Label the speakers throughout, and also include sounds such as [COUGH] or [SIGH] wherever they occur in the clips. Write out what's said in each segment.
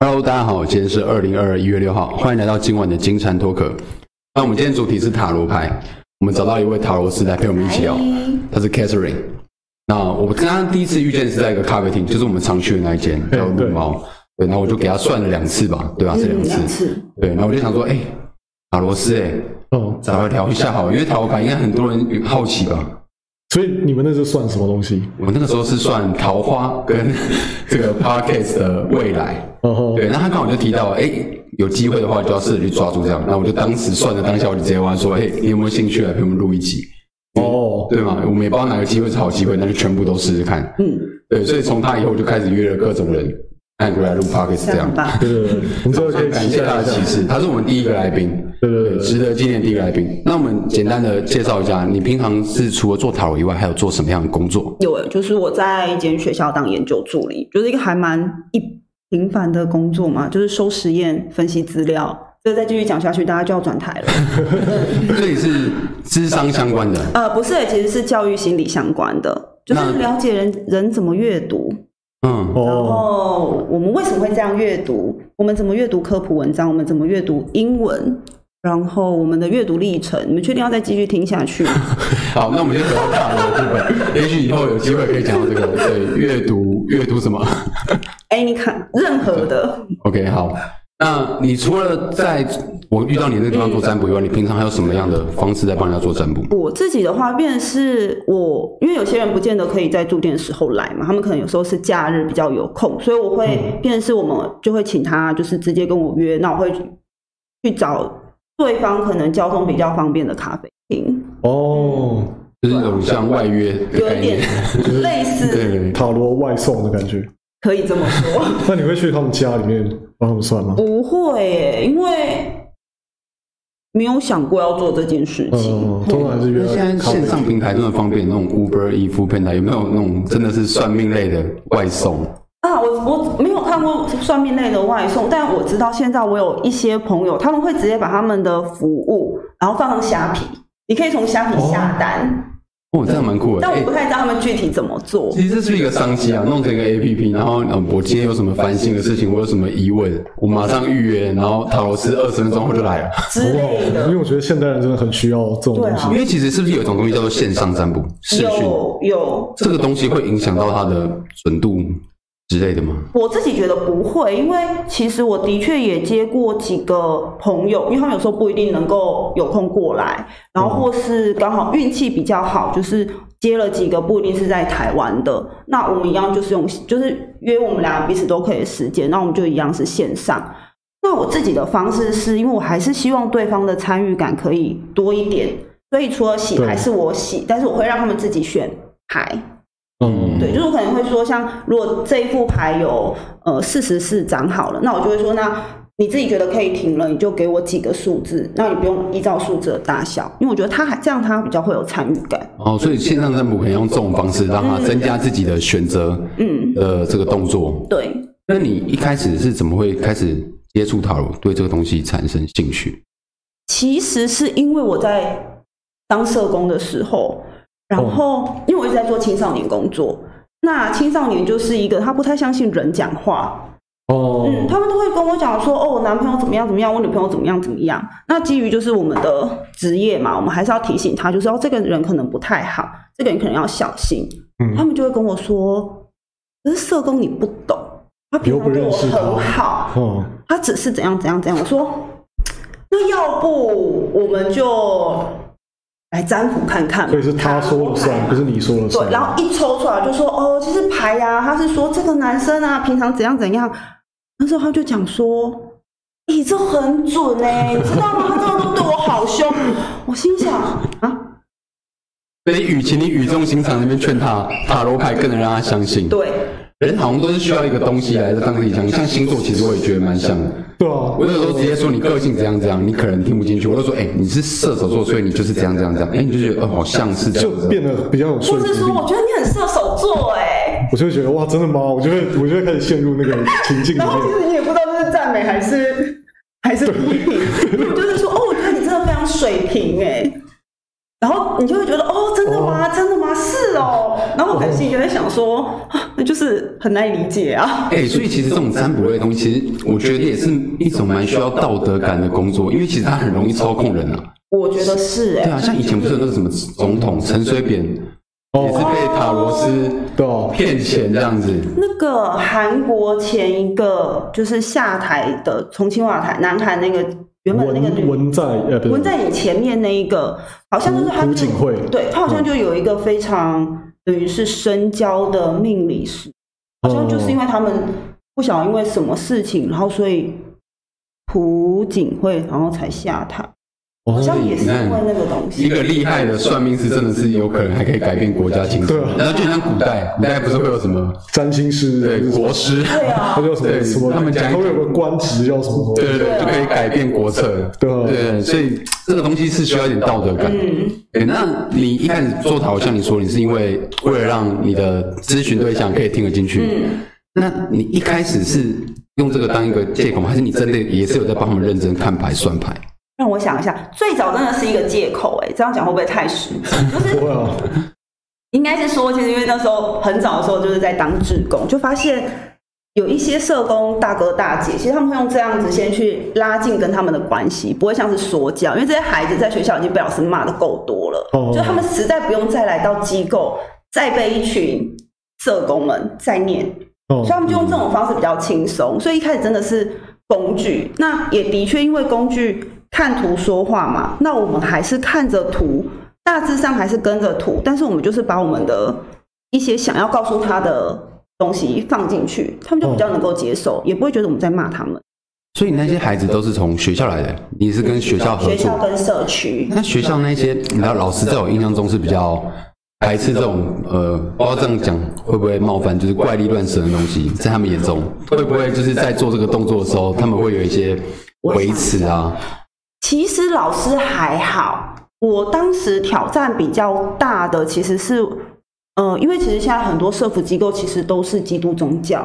Speaker 1: Hello，大家好，今天是二零二二一月六号，欢迎来到今晚的金蝉脱壳。那我们今天主题是塔罗牌，我们找到一位塔罗师来陪
Speaker 2: 哎
Speaker 1: 我们一起哦聊，他是 Catherine。那我跟他第一次遇见是在一个咖啡厅，就是我们常去的那一间，叫
Speaker 3: 对
Speaker 1: 鹿猫。对，然后我就给他算了两次吧，对吧、是啊嗯两次。
Speaker 2: 次，
Speaker 1: 对，然后我就想说，哎、塔罗师、哎，
Speaker 3: 哦，
Speaker 1: 找来聊一下好了，因为塔罗牌应该很多人好奇吧。
Speaker 3: 所以你们那是算什么东西？
Speaker 1: 我那个时候是算桃花跟 [LAUGHS] 这个 podcast 的未来，
Speaker 3: 然后
Speaker 1: 对，那他刚好就提到，哎、哎有机会的话就要试着去抓住这样。那我就当时算了当下，我就直接问他说，哎、你有没有兴趣来陪我们录一集？
Speaker 3: 哦，
Speaker 1: 对嘛，我们也不知道哪个机会是好机会，那就全部都试试看。
Speaker 2: 嗯，
Speaker 1: 对，所以从他以后我就开始约了各种人，那你就来录 podcast 这
Speaker 2: 这样
Speaker 1: 样
Speaker 2: 很。棒。
Speaker 3: 对对
Speaker 1: [LAUGHS]
Speaker 3: 对，我们之后可以
Speaker 1: 感
Speaker 3: 期
Speaker 1: 谢他的
Speaker 3: 待一
Speaker 1: 启
Speaker 3: 下。
Speaker 1: 示，他是我们第一个来宾，
Speaker 3: 对对对
Speaker 1: 值得纪念第一个来宾。那我们简单的介绍一下，你平常是除了做塔罗以外，还有做什么样的工作？
Speaker 2: 有欸，就是我在一间学校当研究助理，就是一个还蛮一平凡的工作嘛，就是收实验、分析资料。这再继续讲下去，大家就要转台
Speaker 1: [LAUGHS]
Speaker 2: 了。
Speaker 1: 所以是智商相关的。
Speaker 2: 呃，不是欸，其实是教育心理相关的，就是
Speaker 1: 那
Speaker 2: 了解人人怎么阅读，
Speaker 1: 嗯，
Speaker 2: 然
Speaker 3: 哦，
Speaker 2: 后我们为什么会这样阅读，我们怎么阅读科普文章，我们怎么阅读英文，然后我们的阅读历程。你们确定要再继续听
Speaker 1: [LAUGHS]
Speaker 2: 下去吗？
Speaker 1: 好，那我们先回到塔罗的部分，也许以后有机会可以讲到这个对阅读阅读什么。
Speaker 2: 哎，你看，任何的。
Speaker 1: OK，好。那你除了在我遇到你那个地方做占卜以外，你平常还有什么样的方式在帮人家做占卜？
Speaker 2: 我自己的话，便是我，因为有些人不见得可以在住店的时候来嘛，他们可能有时候是假日比较有空，所以我会，便是我们就会请他，就是直接跟我约，那我会去找对方可能交通比较方便的咖啡厅，
Speaker 3: 哦，
Speaker 1: 就是有种像外约的
Speaker 2: 有
Speaker 1: 概
Speaker 2: 点
Speaker 1: 念。对
Speaker 2: 类似，
Speaker 1: 对对，
Speaker 3: 塔罗外送的感觉。
Speaker 2: 可以这么说。
Speaker 3: 那你会去他们家里面帮他们算
Speaker 2: [LAUGHS]
Speaker 3: 吗？
Speaker 2: 不会耶，因为没有想过要做这件事情。
Speaker 3: 嗯， [LAUGHS] 通常还是约
Speaker 1: 那现在
Speaker 3: 咖
Speaker 1: 线
Speaker 3: 啡。
Speaker 1: 上平台真的方便，那种 Uber、e f o o p a n d 有没有那种真的是算命类的外送？
Speaker 2: 啊，我我没有看过算命类的外送，但我知道现在我有一些朋友，他们会直接把他们的服务然后放上虾皮，你可以从虾皮下单，
Speaker 1: 哦，这样蛮酷的。
Speaker 2: 但
Speaker 1: 哎
Speaker 2: 我不太知道他们具体怎么做。
Speaker 1: 其实这是一个商机啊，弄成一个 APP，然后嗯，我今天有什么烦心的事情，我有什么疑问，我马上预约，然后塔罗师二十分钟后就来了。
Speaker 2: 之类的
Speaker 3: 哦因为我觉得现代人真的很需要这种东西
Speaker 2: 啊
Speaker 1: 因。为其实是不是有一种东西叫做线上占卜视讯，
Speaker 2: 有有，
Speaker 1: 这个东西会影响到它的准度之类的吗？
Speaker 2: 我自己觉得不会，因为其实我的确也接过几个朋友，因为他们有时候不一定能够有空过来，然后或是刚好运气比较好，就是接了几个不一定是在台湾的，那我们一样就是用就是约我们俩彼此都可以的时间，那我们就一样是线上。那我自己的方式是因为我还是希望对方的参与感可以多一点，所以除了洗牌
Speaker 3: 对
Speaker 2: 是我洗，但是我会让他们自己选牌。
Speaker 3: 嗯，
Speaker 2: 对，就是我可能会说，像如果这一副牌有呃四十四张好了，那我就会说，那你自己觉得可以停了，你就给我几个数字，那你不用依照数字的大小，因为我觉得他还这样，他比较会有参与感。
Speaker 1: 哦，所以线上占卜可能用这种方式让它增加自己的选择
Speaker 2: 嗯，
Speaker 1: 的这个动作。
Speaker 2: 对，
Speaker 1: 那你一开始是怎么会开始接触塔罗，对这个东西产生兴趣？
Speaker 2: 其实是因为我在当社工的时候，然后因为我一直在做青少年工作，那青少年就是一个他不太相信人讲话，
Speaker 3: 哦，
Speaker 2: 嗯，他们都会跟我讲说，哦，我男朋友怎么样怎么样，我女朋友怎么样怎么样。那基于就是我们的职业嘛，我们还是要提醒他，就是哦，这个人可能不太好，这个人可能要小心。
Speaker 3: 嗯
Speaker 2: 他们就会跟我说，可是社工你不懂，他平常对我很好，
Speaker 3: 哦，
Speaker 2: 他只是怎样怎样怎样。我说，那要不我们就来占卜看看吧。
Speaker 3: 所以是他说了算，不是你说了
Speaker 2: 对，
Speaker 3: 算。
Speaker 2: 然后一抽出来就说哦，其实牌呀、他是说这个男生啊，平常怎样怎样。那时候他就讲说，咦，这很准哎、你知道吗？他这样都对我好凶。 [LAUGHS] 我心想啊，
Speaker 1: 所以，与其你语重心长地那边劝他，塔罗牌更能让他相信。
Speaker 2: 对，
Speaker 1: 人好像都是需要一个东西来当自己相信，像星座，其实我也觉得蛮像的。
Speaker 3: 对啊
Speaker 1: 我，有时候直接说你个性怎样怎样，你可能听不进去。我就说，哎、你是射手座，所以你就是这样这样这样。哎、你就觉得，哦，好像是这样
Speaker 3: 就
Speaker 1: 子。
Speaker 3: 变得比较有说
Speaker 2: 或
Speaker 3: 服
Speaker 2: 是
Speaker 3: 力
Speaker 2: 说，。我觉得你很射手座哎、
Speaker 3: 我就会觉得哇，真的吗？我就会，我就会开始陷入那个情境里
Speaker 2: 然后其
Speaker 3: 面。
Speaker 2: 实你也不知道这是赞美还是 [LAUGHS] 还是批评，因为我就是说哦，我觉得你真的非常水平哎、然后你就会觉得哦，真的吗？真的吗？是哦。然后我可能心里就在想说，啊，那就是很难以理解啊。
Speaker 1: 哎、所以其实这种占卜类的东西，其实我觉得也是一种蛮需要道德感的工作，因为其实它很容易操控人啊。
Speaker 2: 我觉得是哎、
Speaker 1: 对啊，像以前不是有那个什么总统陈水扁，
Speaker 3: 哦
Speaker 1: 也是被塔罗斯
Speaker 3: 对哦，
Speaker 1: 骗钱这样子。
Speaker 2: 那个韩国前一个就是下台的重庆瓦台，南韩那个原本那个女
Speaker 3: 文文在呃不是
Speaker 2: 文在寅前面那一个，好像就是他
Speaker 3: 朴朴槿惠
Speaker 2: 就对他好像就有一个非常等于是深交的命理师，
Speaker 3: 哦
Speaker 2: 好像就是因为他们不晓得因为什么事情，然后所以朴槿惠然后才下台，
Speaker 3: 哦
Speaker 2: 好像也是因为那个东
Speaker 1: 一
Speaker 2: 西。
Speaker 1: 个厉害的算命师，真的是有可能还可以改变国家情势
Speaker 3: 对啊。
Speaker 1: 然后就像古代，古代不是会有什么
Speaker 3: 哦占星师
Speaker 1: 对
Speaker 3: 就是
Speaker 1: 国师，
Speaker 2: 对啊
Speaker 3: [LAUGHS] 他，叫什么
Speaker 1: 对
Speaker 3: 什么，
Speaker 1: 他们讲
Speaker 3: 他们有个官职叫什么？
Speaker 1: [LAUGHS] 对对对，就可以改变国策。
Speaker 3: 对啊
Speaker 1: 对，所以这个东西是需要一点道德感。
Speaker 2: 嗯，
Speaker 1: 对，那你一开始做塔罗，像你说，你是因为为了让你的咨询对象可以听得进去。
Speaker 2: 嗯
Speaker 1: 那你一开始是用这个当一个借口吗？还是你真的也是有在帮他们认真看牌算牌？
Speaker 2: 让我想一下，最早真的是一个借口、哎，这样讲会不会太实际？就是
Speaker 3: 不会啊，
Speaker 2: 应该是说，其实因为那时候很早的时候就是在当志工，就发现有一些社工大哥大姐，其实他们会用这样子先去拉近跟他们的关系，不会像是说教，因为这些孩子在学校已经被老师骂的够多了，
Speaker 3: 哦
Speaker 2: 就他们实在不用再来到机构再被一群社工们再念，所以他
Speaker 3: 哦，
Speaker 2: 们
Speaker 1: 嗯
Speaker 2: 就用这种方式比较轻松。所以一开始真的是工具，那也的确因为工具看图说话嘛，那我们还是看着图，大致上还是跟着图，但是我们就是把我们的一些想要告诉他的东西放进去，他们就比较能够接受，
Speaker 1: 哦
Speaker 2: 也不会觉得我们在骂他们。
Speaker 1: 所以那些孩子都是从学校来的，你是跟学校啊合
Speaker 2: 学校
Speaker 1: 作。
Speaker 2: 跟社区，
Speaker 1: 那学校那些，你知道老师在我印象中是比较排斥这种呃，不知道这样讲会不会冒犯，就是怪力乱神的东西，在他们眼中会不会就是在做这个动作的时候，他们会有一些维持啊？
Speaker 2: 其实老师还好，我当时挑战比较大的其实是，呃，因为其实现在很多社福机构其实都是基督宗教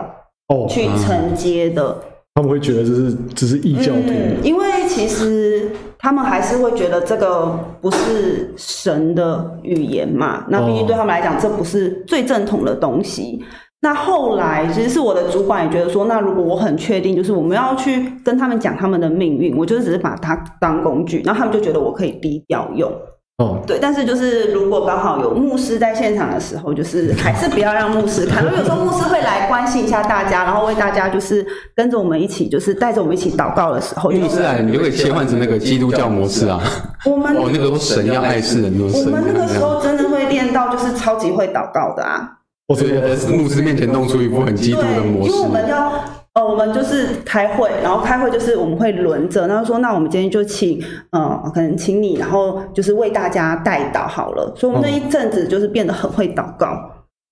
Speaker 3: 哦，
Speaker 2: 去承接的，
Speaker 3: 他们会觉得这是只是异教徒，
Speaker 2: 嗯，因为其实他们还是会觉得这个不是神的语言嘛，那毕竟对他们来讲，这不是最正统的东西。那后来，其实是我的主管也觉得说，那如果我很确定，就是我们要去跟他们讲他们的命运，我就只是把它当工具，然后他们就觉得我可以低调用。
Speaker 3: 哦，
Speaker 2: 对，但是就是如果刚好有牧师在现场的时候，就是还是不要让牧师看。因为有时候牧师会来关心一下大家，然后为大家就是跟着我们一起，就是带着我们一起祷告的时候，就
Speaker 1: 穆斯
Speaker 2: 是
Speaker 1: 啊兰你就可以切换成那个基督教模式
Speaker 2: [LAUGHS]
Speaker 1: 啊！
Speaker 2: 我们
Speaker 1: 哦，那个说神要爱世人，都
Speaker 2: 我
Speaker 1: 神啊
Speaker 2: 们那个
Speaker 1: 这
Speaker 2: 时
Speaker 1: 样
Speaker 2: 候真的会练到就是超级会祷告的啊，
Speaker 3: 我
Speaker 1: 所
Speaker 3: 这
Speaker 1: 以
Speaker 3: 个
Speaker 1: 在牧师面前弄出一副很基督
Speaker 2: 对
Speaker 1: 的，模
Speaker 2: 因
Speaker 1: 式
Speaker 2: 为。我们要呃，我们就是开会，然后开会就是我们会轮着，然后说那我们今天就请呃，可能请你，然后就是为大家代祷好了，所以我们那
Speaker 1: 哦
Speaker 2: 一阵子就是变得很会祷告。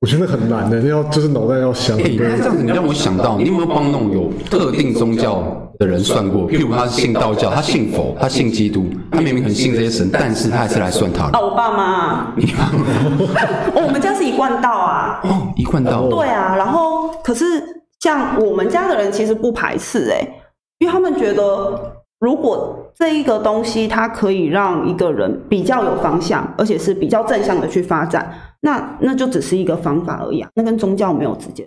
Speaker 3: 我觉得很难的，那要就是脑袋要想
Speaker 1: 哎、[LAUGHS]
Speaker 3: 很多
Speaker 1: 那这样子你让我想到，你有没有帮那种有特定宗教的人算过？譬如他是信道教，他信佛，他信基督，他明明很信这些神，但是他还是来算塔
Speaker 2: 啊，
Speaker 1: 罗。
Speaker 2: 我爸妈啊，
Speaker 1: 你看，
Speaker 2: 哦我们家是一贯道啊，
Speaker 1: 哦，一贯道，
Speaker 2: 对啊，然后可是像我们家的人其实不排斥哎、因为他们觉得如果这一个东西它可以让一个人比较有方向，而且是比较正向的去发展，那那就只是一个方法而已啊，那跟宗教没有直接。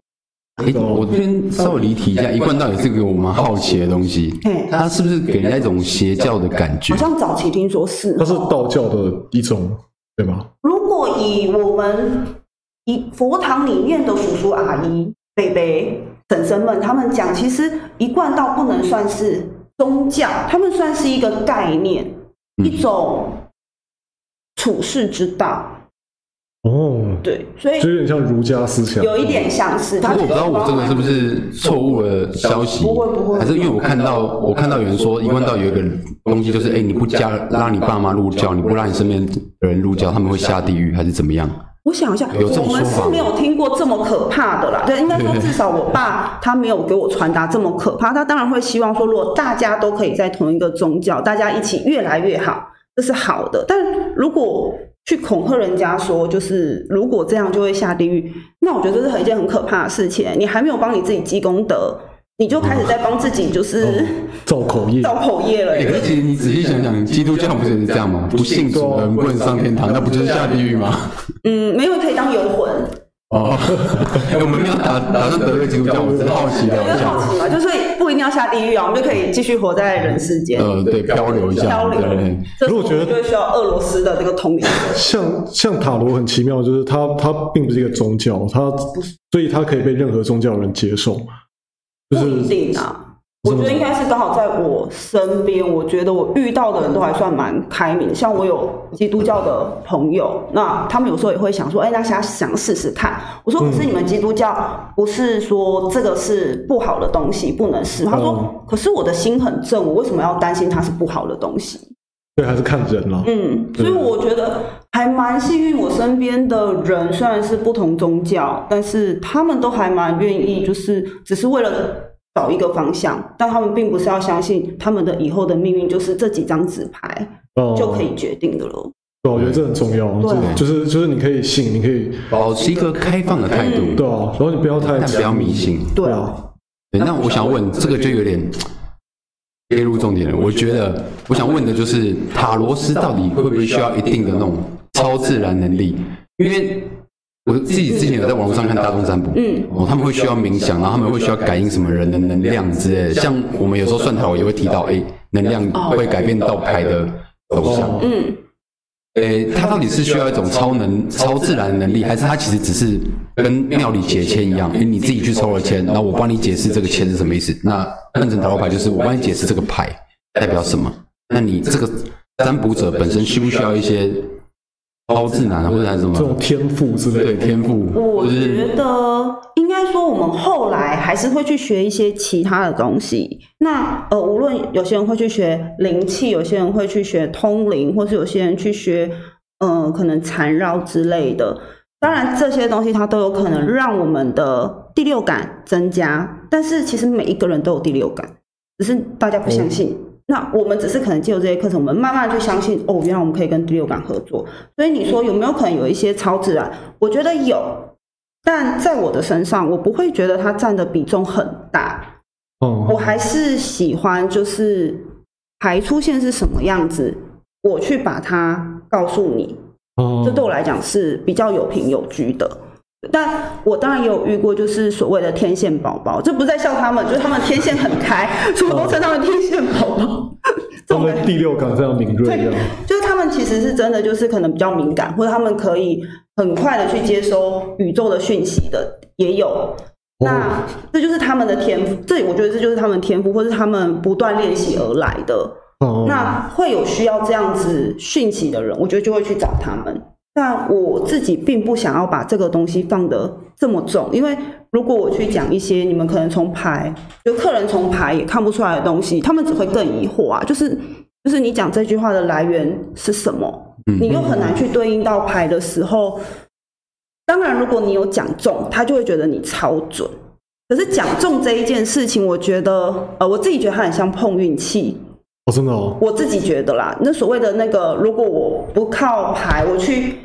Speaker 1: 哎、我这边稍微离题一下，一贯道也是给我们好奇的东西
Speaker 2: 嘿，
Speaker 1: 它是不是给人家一种邪教的感觉
Speaker 2: 嗯好？像早期听说是哦
Speaker 3: 它，是道教的一种，对吧？
Speaker 2: 如果以我们以佛堂里面的叔叔阿姨、伯伯、婶婶们他们讲，其实一贯道不能算是宗教，他们算是一个概念，
Speaker 1: 嗯
Speaker 2: 一种处世之道。
Speaker 3: 哦，
Speaker 2: 对，所以
Speaker 3: 就有点像儒家思想，
Speaker 2: 有一点相似。
Speaker 1: 不
Speaker 2: 他
Speaker 1: 过我不知道我这个是不是错误的消息，
Speaker 2: 不会不会
Speaker 1: 还是因为我看到我看到有人说一贯道有一个东西，就是哎、你不加让你爸妈入教，你不让你身边的人入教，他们会下地狱还是怎么样？
Speaker 2: 我想一下，
Speaker 1: 有这种
Speaker 2: 我们
Speaker 1: 说法
Speaker 2: 是没有听过这么可怕的啦。对，应该
Speaker 1: [LAUGHS]
Speaker 2: 说至少我爸他没有给我传达这么可怕。他当然会希望说，如果大家都可以在同一个宗教，大家一起越来越好，这是好的。但如果去恐吓人家说，就是如果这样就会下地狱，那我觉得这是很一件很可怕的事情。你还没有帮你自己积功德，你就开始在帮自己就是
Speaker 3: 造口业，
Speaker 2: 造口业了
Speaker 1: 哦哎、可
Speaker 2: 耶。
Speaker 1: 是其实你仔细想想，基督教不是也是这样吗？不信主的人不能上天堂，那不就是下地狱吗？
Speaker 2: 嗯，没有可以当游魂，
Speaker 1: 哦， [LAUGHS] 哎我们没有打打算得罪基督教，我只是好奇聊一
Speaker 2: 就是好
Speaker 1: 下。
Speaker 2: 奇嘛，就所以不一定要下地狱啊，我们就可以继续活在人世间。
Speaker 1: 呃，对，漂流一下，
Speaker 2: 漂流
Speaker 1: 对，
Speaker 2: 这时
Speaker 3: 可是
Speaker 2: 候
Speaker 3: 我觉得
Speaker 2: 就会需要俄罗斯的这个统领。
Speaker 3: 像像塔罗很奇妙，就是它它并不是一个宗教，它所以它可以被任何宗教人接受，
Speaker 2: 不
Speaker 3: 就
Speaker 2: 一
Speaker 3: 是
Speaker 2: 定啊。我觉得应该是刚好在我身边，我觉得我遇到的人都还算蛮开明。像我有基督教的朋友，那他们有时候也会想说：“哎、那想想试试看。”我
Speaker 3: 嗯
Speaker 2: 说：“可是你们基督教不是说这个是不好的东西，不能试。”他
Speaker 3: 嗯
Speaker 2: 说：“可是我的心很正，我为什么要担心它是不好的东西？”
Speaker 3: 对，还是看人啦。
Speaker 2: 嗯，所以我觉得还蛮幸运，我身边的人虽然是不同宗教，但是他们都还蛮愿意，就是只是为了找一个方向，但他们并不是要相信他们的以后的命运就是这几张纸牌
Speaker 3: 哦
Speaker 2: 就可以决定的了。
Speaker 3: 对啊，我觉得这很重要，
Speaker 2: 对啊
Speaker 3: 就就是就是你可以信，你可以
Speaker 1: 保持一个开放的态
Speaker 2: 嗯
Speaker 1: 度，
Speaker 3: 对啊，然后你不要太
Speaker 1: 但不要迷信。
Speaker 2: 对啊，
Speaker 3: 啊，
Speaker 1: 对，那我想问，这个就有点切入重点了。我觉得我想问的就是，塔罗斯到底会不会需要一定的那种超自然能力？因为我自己之前有在网络上看大众占卜，
Speaker 2: 嗯，
Speaker 1: 哦，他们会需要冥想，然后他们会需要感应什么人的能量之类的。像我们有时候算塔罗也会提到，哎，能量会改变到牌的走向
Speaker 3: 哦。
Speaker 2: 嗯，
Speaker 1: 诶，它到底是需要一种超能、超自然的能力，还是它其实只是跟庙里解签一样，诶你自己去抽了签，然后我帮你解释这个签是什么意思？那认成塔罗牌就是我帮你解释这个牌代表什么？那你这个占卜者本身需不需要一些超自然啊的或者还是什
Speaker 3: 这种
Speaker 1: 么
Speaker 3: 天赋之类
Speaker 1: 对
Speaker 3: 的，
Speaker 1: 天赋？
Speaker 2: 我
Speaker 1: 就
Speaker 2: 觉
Speaker 1: 是
Speaker 2: 得应该说，我们后来还是会去学一些其他的东西。那呃，无论有些人会去学灵气，有些人会去学通灵，或是有些人去学呃可能缠绕之类的。当然，这些东西它都有可能让我们的第六感增加，但是其实每一个人都有第六感，只是大家不相信。那我们只是可能借由这些课程，我们慢慢地去相信哦，原来我们可以跟第六感合作。所以你说有没有可能有一些超自然？我觉得有，但在我的身上，我不会觉得它占的比重很大。我
Speaker 3: 哦，
Speaker 2: 还是喜欢就是牌出现是什么样子，我去把它告诉你。
Speaker 3: 哦
Speaker 2: 这对我来讲是比较有凭有据的。但我当然也有遇过，就是所谓的天线宝宝，这不是在笑他们，就是他们天线很开，所以我都称他们天线宝宝。这
Speaker 3: 哦他
Speaker 2: 种
Speaker 3: 们
Speaker 2: 人
Speaker 3: 第六感非常敏锐，啊这样
Speaker 2: 就是他们其实是真的，就是可能比较敏感，或者他们可以很快的去接收宇宙的讯息的也
Speaker 3: 哦
Speaker 2: 有。那这就是他们的天赋，这我觉得这就是他们天赋，或是他们不断练习而来的。
Speaker 3: 哦，
Speaker 2: 那会有需要这样子讯息的人，我觉得就会去找他们。但我自己并不想要把这个东西放得这么重，因为如果我去讲一些你们可能从牌，就客人从牌也看不出来的东西，他们只会更疑惑啊。就是就是你讲这句话的来源是什么，
Speaker 1: 嗯
Speaker 2: 你又很难去对应到牌的时候。当然，如果你有讲中，他就会觉得你超准。可是讲中这一件事情，我觉得呃，我自己觉得它很像碰运气。
Speaker 3: 哦真的哦，
Speaker 2: 我自己觉得啦，那所谓的那个，如果我不靠牌，我去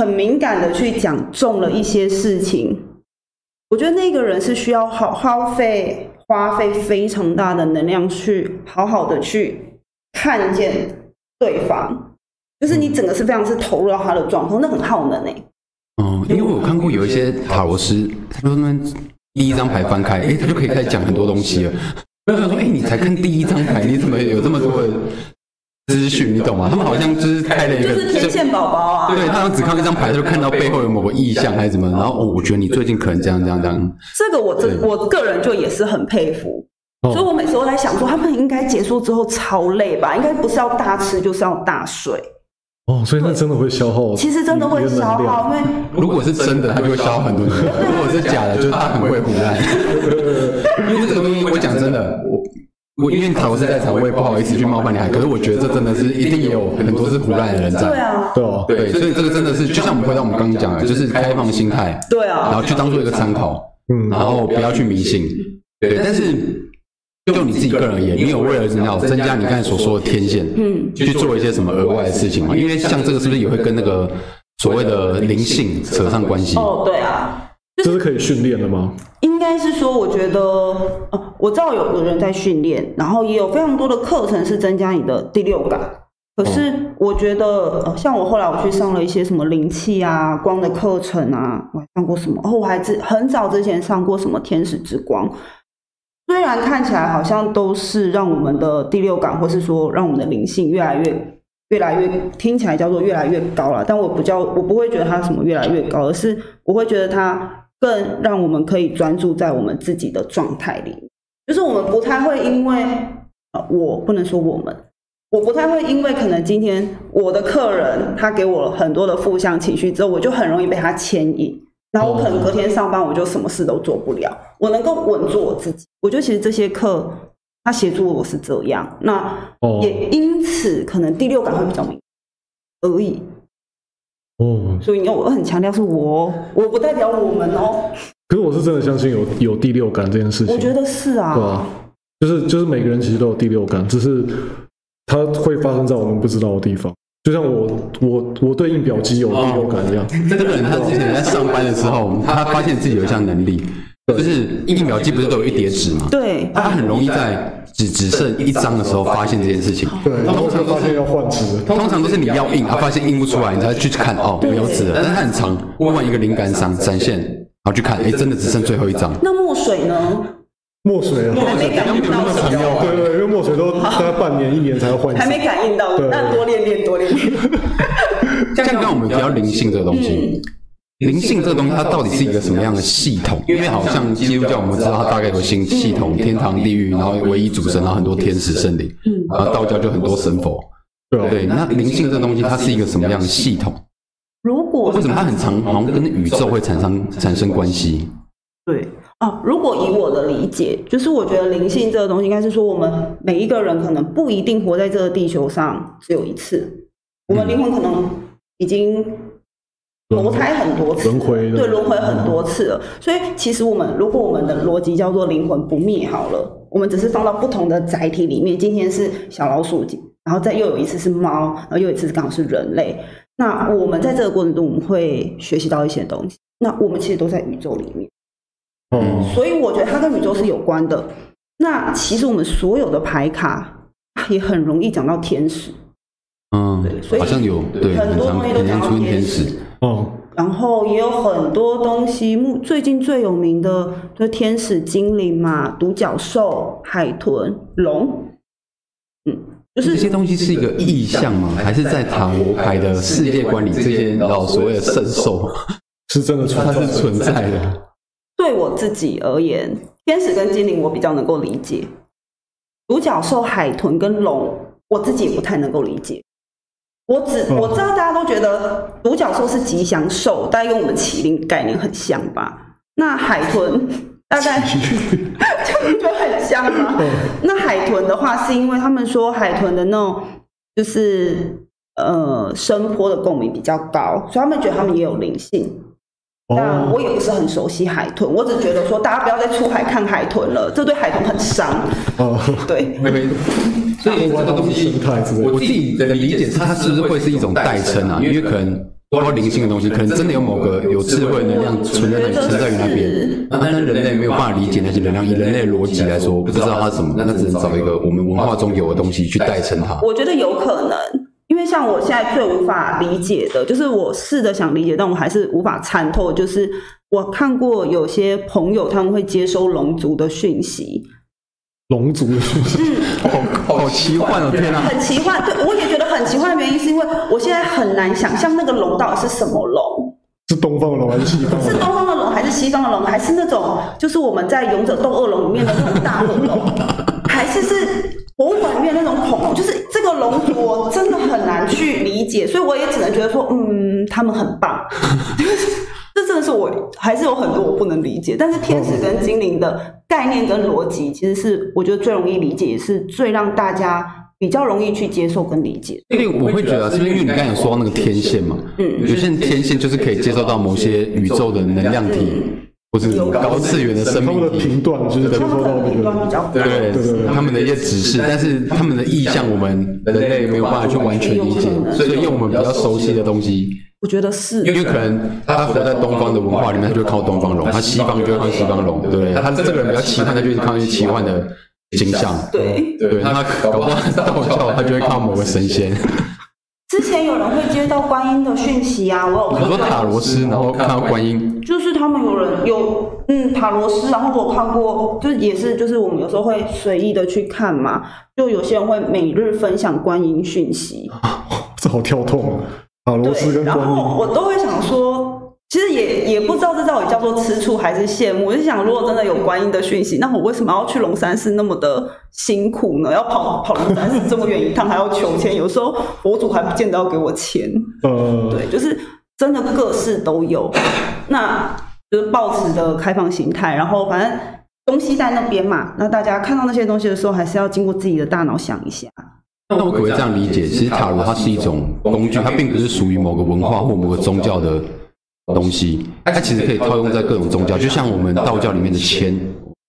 Speaker 2: 很敏感的去讲中了一些事情，我觉得那个人是需要好花费花费非常大的能量去好好的去看见对方，就是你整个是非常是投入到他的状况，那很耗能欸诶、
Speaker 1: 嗯，因为我有看过有一些塔罗师，他就那边第一张牌翻开，诶，他就可以开始讲很多东西了。 [LAUGHS] 我想说，诶，你才看第一张牌，你怎么有这么多的资讯？你懂吗？他们好像就是开了一
Speaker 2: 就
Speaker 1: 个
Speaker 2: 是天线宝宝啊，
Speaker 1: 对，他只看一张牌，他就看到背后有某个意象还是什么，然后哦，我觉得你最近可能这样这样这样，
Speaker 2: 这个我真我个人就也是很佩服，
Speaker 3: 哦
Speaker 2: 所以我每次都在想说，他们应该结束之后超累吧？应该不是要大吃就是要大睡，
Speaker 3: 哦，所以那真的会消耗，
Speaker 2: 其实真的会消耗，因为
Speaker 1: 如果是真的，他就 [LAUGHS] 会消耗很多能量；如果是假的，就是他很会胡乱。 [LAUGHS] 因为这个东西，我讲真的，我我因为塔罗斯在场，我也不好意思去冒犯你，啊可是我觉得这真的是一定也有很多是胡乱的人
Speaker 2: 对
Speaker 1: 在。
Speaker 2: 啊，
Speaker 3: 对啊，
Speaker 1: 对，所以这个真的是，就像我们回到我们刚刚讲的，就是开放心态，
Speaker 2: 对
Speaker 1: 然
Speaker 2: 啊，
Speaker 1: 后去当做一个参考。
Speaker 3: 嗯，
Speaker 1: 然后不要去迷信。对，但是就你自己个人而言，你有为了你要增加你刚才所说的天线，
Speaker 2: 嗯，
Speaker 1: 去做一些什么额外的事情吗？因为像这个是不是也会跟那个所谓的灵性扯上关系？
Speaker 2: 哦，对啊，
Speaker 3: 这是可以训练的吗？
Speaker 2: 应该是说，我觉得，呃，我知道有有人在训练，然后也有非常多的课程是增加你的第六感。可是我觉得，呃，像我后来我去上了一些什么灵气啊、光的课程啊，我还上过什么？哦，我还之很早之前上过什么天使之光。虽然看起来好像都是让我们的第六感，或是说让我们的灵性越来越、越来越，听起来叫做越来越高了，但我不叫，我不会觉得它什么越来越高，而是我会觉得它更让我们可以专注在我们自己的状态里面，就是我们不太会因为，呃，我不能说我们。我不太会因为可能今天我的客人他给我很多的负向情绪之后，我就很容易被他牵引，然后我可能隔天上班我就什么事都做不了。我能够稳住我自己，我觉得其实这些课他协助我是这样，那
Speaker 3: 哦
Speaker 2: 也因此可能第六感会比较明显而已。
Speaker 3: 哦，
Speaker 2: 所以你要我很强调是我哦，我不代表我们哦，
Speaker 3: 可是我是真的相信有有第六感这件事情。
Speaker 2: 我觉得是
Speaker 3: 对
Speaker 2: 啊，
Speaker 3: 啊，就是就是每个人其实都有第六感，只是它会发生在我们不知道的地方。就像我我我对印表机有第六感一样，
Speaker 1: 这个人他之前在上班的时候，他发现自己有一项能力，就是印表机不是都有一叠纸吗？
Speaker 3: 啊
Speaker 2: 对，啊
Speaker 1: 他很容易在只只剩一张的时候发现这件事情。
Speaker 3: 对，然后才发现要换纸。
Speaker 1: 通常都是你要印，他发现印不出来，你才去看哦，没有纸了。但是他很长，问完一个灵感商展现，然后去看，哎，真的只剩最后一张。
Speaker 2: 那墨水呢？
Speaker 3: 墨水啊，
Speaker 2: 还没感应到什么，
Speaker 1: 啊
Speaker 3: 对对，因为墨水都大概半年一年才要换一
Speaker 2: 还
Speaker 3: 次。
Speaker 2: 没感应到，
Speaker 3: 对
Speaker 2: 那多练练，多练练。
Speaker 1: 像刚刚我们比较灵性这个东西，灵性这个东西它到底是一个什么样的系统？因为好像基督教我们知道它大概有新系统，天堂、地狱，然后唯一主神，然后很多天使、圣灵，
Speaker 2: 嗯
Speaker 1: 然后道教就很多神佛。
Speaker 3: 对啊
Speaker 1: 对，那灵性这个东西它是一个什么样的系统？
Speaker 2: 如果
Speaker 1: 为什么它很常好像跟宇宙会产生产生关系？
Speaker 2: 对啊，如果以我的理解，就是我觉得灵性这个东西，应该是说我们每一个人可能不一定活在这个地球上只有一次，我们灵魂可能已经投胎很多次，
Speaker 3: 轮回的
Speaker 2: 对轮回很多次了。所以其实我们如果我们的逻辑叫做灵魂不灭好了，我们只是放到不同的载体里面，今天是小老鼠，然后再又有一次是猫，然后又有一次刚好是人类。那我们在这个过程中，我们会学习到一些东西。那我们其实都在宇宙里面。
Speaker 3: 哦，
Speaker 2: 所以我觉得它跟宇宙是有关的。那其实我们所有的牌卡 [LAUGHS] 也很容易讲到天使，
Speaker 1: 嗯
Speaker 2: 对所，以
Speaker 1: 好像有对，
Speaker 2: 很
Speaker 1: 很
Speaker 2: 多
Speaker 1: 常
Speaker 2: 东西都
Speaker 1: 很
Speaker 2: 讲
Speaker 1: 常
Speaker 2: 到
Speaker 1: 出现
Speaker 2: 天
Speaker 1: 天使
Speaker 2: 使。，
Speaker 3: 哦，
Speaker 2: 然后也有很多东西，目最近最有名的就是天使、精灵嘛，独角兽、海豚、龙，嗯，就
Speaker 1: 这些
Speaker 2: 是
Speaker 1: 东西是一个意象吗？还是在塔罗牌的世界观里，这些老所谓的圣兽，
Speaker 3: 是真的存
Speaker 1: 它
Speaker 3: 在
Speaker 1: 是存在的？
Speaker 2: 对我自己而言，天使跟精灵我比较能够理解，独角兽、海豚跟龙，我自己也不太能够理解。我只
Speaker 3: 嗯
Speaker 2: 我知道大家都觉得独角兽是吉祥兽，大概跟我们麒麟概念很像吧？那海豚大
Speaker 3: [LAUGHS]
Speaker 2: 概 [LAUGHS] 就就很像吗？[LAUGHS]
Speaker 3: 嗯哦
Speaker 2: 那海豚的话，是因为他们说海豚的那种就是呃声波的共鸣比较高，所以他们觉得他们也有灵性。但
Speaker 3: 哦，
Speaker 2: 我也不是很熟悉海豚，我只觉得说大家不要再出海看海豚了，这对海豚很伤。
Speaker 3: 哦，
Speaker 2: 对，
Speaker 1: 所以这个东西
Speaker 3: 生态之类的
Speaker 1: 我自己的理解是，它是不是会是一种代称啊？因为可能包括灵性的东西，可能真的有某个有智慧能量存在那里，存在于那边。那但是人类没有办法理解那些能量，以人类逻辑来说，不知道它是什么，那只能找一个我们文化中有的东西去代称它。
Speaker 2: 我觉得有可能，因为像我现在最无法理解的，就是我试着想理解，但我还是无法参透。就是我看过有些朋友他们会接收龙族的讯息，
Speaker 3: 龙族的东西
Speaker 2: 嗯
Speaker 1: 好好奇幻哦！天啊！
Speaker 2: 很奇幻。对，我也觉得很奇幻的原因是因为我现在很难想象那个龙到底是什么龙。
Speaker 3: 是东方的龙还是西方的
Speaker 2: 是
Speaker 3: 龙？
Speaker 2: 东方的龙，还是西方的龙，还是那种就是我们在《勇者斗恶龙》里面的那种大恶龙， [LAUGHS] 还是是博物馆里面那种恐龙？就是这个龙族，我真的很难去理解，所以我也只能觉得说，嗯，他们很棒。 [LAUGHS] 这真的是我还是有很多我不能理解，但是天使跟精灵的概念跟逻辑，其实是我觉得最容易理解，也是最让大家比较容易去接受跟理解。
Speaker 1: 因为我会觉得啊，是因为你刚才有说到那个天线嘛，
Speaker 2: 嗯
Speaker 1: 有些人天线就是可以接受到某些宇宙的能量体，或是高次元的生
Speaker 3: 他们
Speaker 1: 命
Speaker 3: 的
Speaker 1: 体，
Speaker 3: 频段就是接
Speaker 2: 他们
Speaker 3: 收
Speaker 2: 可
Speaker 3: 到
Speaker 2: 能
Speaker 3: 那
Speaker 2: 顶端比
Speaker 3: 个，
Speaker 2: 较高，
Speaker 1: 对
Speaker 3: 对对
Speaker 1: 他们的一些指示，但是他们的意向我们人类没有办法去完全理解，所以用我们比较熟悉的东西，
Speaker 2: 我觉得是
Speaker 1: 因为可能他活在东方的文化里面，他就会靠东方龙；他西方就会靠西方龙，对不对？他这个人比较奇幻，他就会靠一些奇幻的形象，
Speaker 2: 对，
Speaker 1: 对他搞不好他道教，他就会靠某个神仙。
Speaker 2: 之前有人会接到观音的讯息啊，我有
Speaker 1: 我
Speaker 2: 看
Speaker 1: 说
Speaker 2: 过，
Speaker 1: 塔罗斯，然后看到观音，
Speaker 2: 就是他们有人有嗯塔罗师，然后我有看过，就是也是就是我们有时候会随意的去看嘛，就有些人会每日分享观音讯息，
Speaker 3: 这好跳痛啊！塔罗斯
Speaker 2: 对，
Speaker 3: 跟
Speaker 2: 然
Speaker 3: 观
Speaker 2: 后
Speaker 3: 音，
Speaker 2: 我都会想说，其实也也不知道这到底叫做吃醋还是羡慕。我就想，如果真的有观音的讯息，那我为什么要去龙山寺那么的辛苦呢？要跑跑龙山寺这么远一趟，还要求签，有时候佛祖还不见得要给我钱。
Speaker 3: 呃，
Speaker 2: 对，就是真的各式都有。 [LAUGHS] 那就是抱持的开放心态，然后反正东西在那边嘛，那大家看到那些东西的时候，还是要经过自己的大脑想一下。
Speaker 1: [LAUGHS] 那我可不可以这样理解？其实塔罗它是一种工具，它并不是属于某个文化或某个宗教的东西，它其实可以套用在各种宗教，就像我们道教里面的签、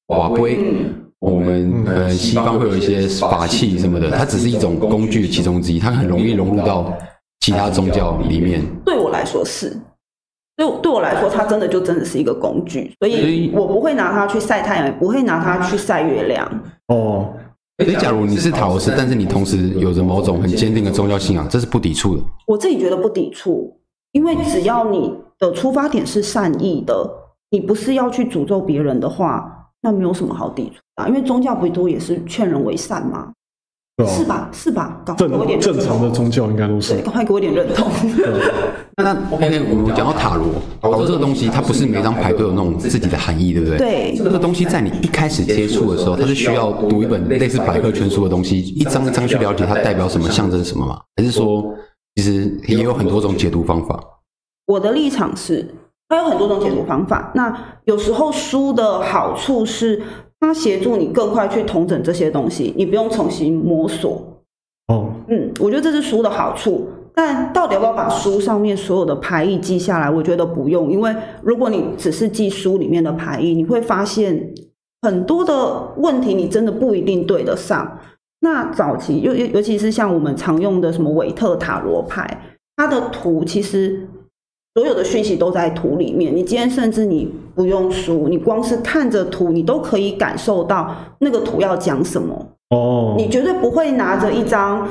Speaker 1: 瓦龟，
Speaker 2: 嗯，
Speaker 1: 我们呃西方会有一些法器什么的，它只是一种工具其中之一，它很容易融入到其他宗教里面。
Speaker 2: 对我来说是，对我对我来说，它真的就真的是一个工具，所
Speaker 1: 所以
Speaker 2: 以我不会拿它去晒太阳，也不会拿它去晒月亮。
Speaker 3: 哦，
Speaker 1: 所哎以，假如你是塔罗师，但是你同时有着某种很坚定的宗教信仰，这是不抵触的。
Speaker 2: 我自己觉得不抵触，因为只要你的出发点是善意的，你不是要去诅咒别人的话，那没有什么好抵触的啊、因为宗教不都也是劝人为善吗？
Speaker 3: 对
Speaker 2: 是
Speaker 3: 吧？
Speaker 2: 吧？是吧？赶快给我一点
Speaker 3: 正正
Speaker 2: 认
Speaker 3: 常
Speaker 2: 同
Speaker 3: 的宗教应该都是
Speaker 2: 对，，赶快给我一点认同。
Speaker 1: 那 OK，我们讲到塔罗，塔罗这个东西，它不是每张牌都有那种自己的含义，对不对？。
Speaker 2: 对
Speaker 1: 这，个东西在你一开始接触的时候，它是需要读一本类似百科全书的东西，一张一张去了解它代表什么、象征什么吗？还是说，其实也有很多种解读方法？
Speaker 2: 我的立场是，它有很多种解读方法。那有时候书的好处是，它协助你更快去统整这些东西，你不用重新摸索。
Speaker 3: 哦，
Speaker 2: 嗯，我觉得这是书的好处。但到底要不要把书上面所有的牌意记下来？我觉得不用，因为如果你只是记书里面的牌意，你会发现很多的问题你真的不一定对得上。那早期尤尤尤其是像我们常用的什么韦特塔罗牌，它的图其实所有的讯息都在图里面。你今天甚至你不用书，你光是看着图，你都可以感受到那个图要讲什么。
Speaker 3: 哦，
Speaker 2: 你绝对不会拿着一张，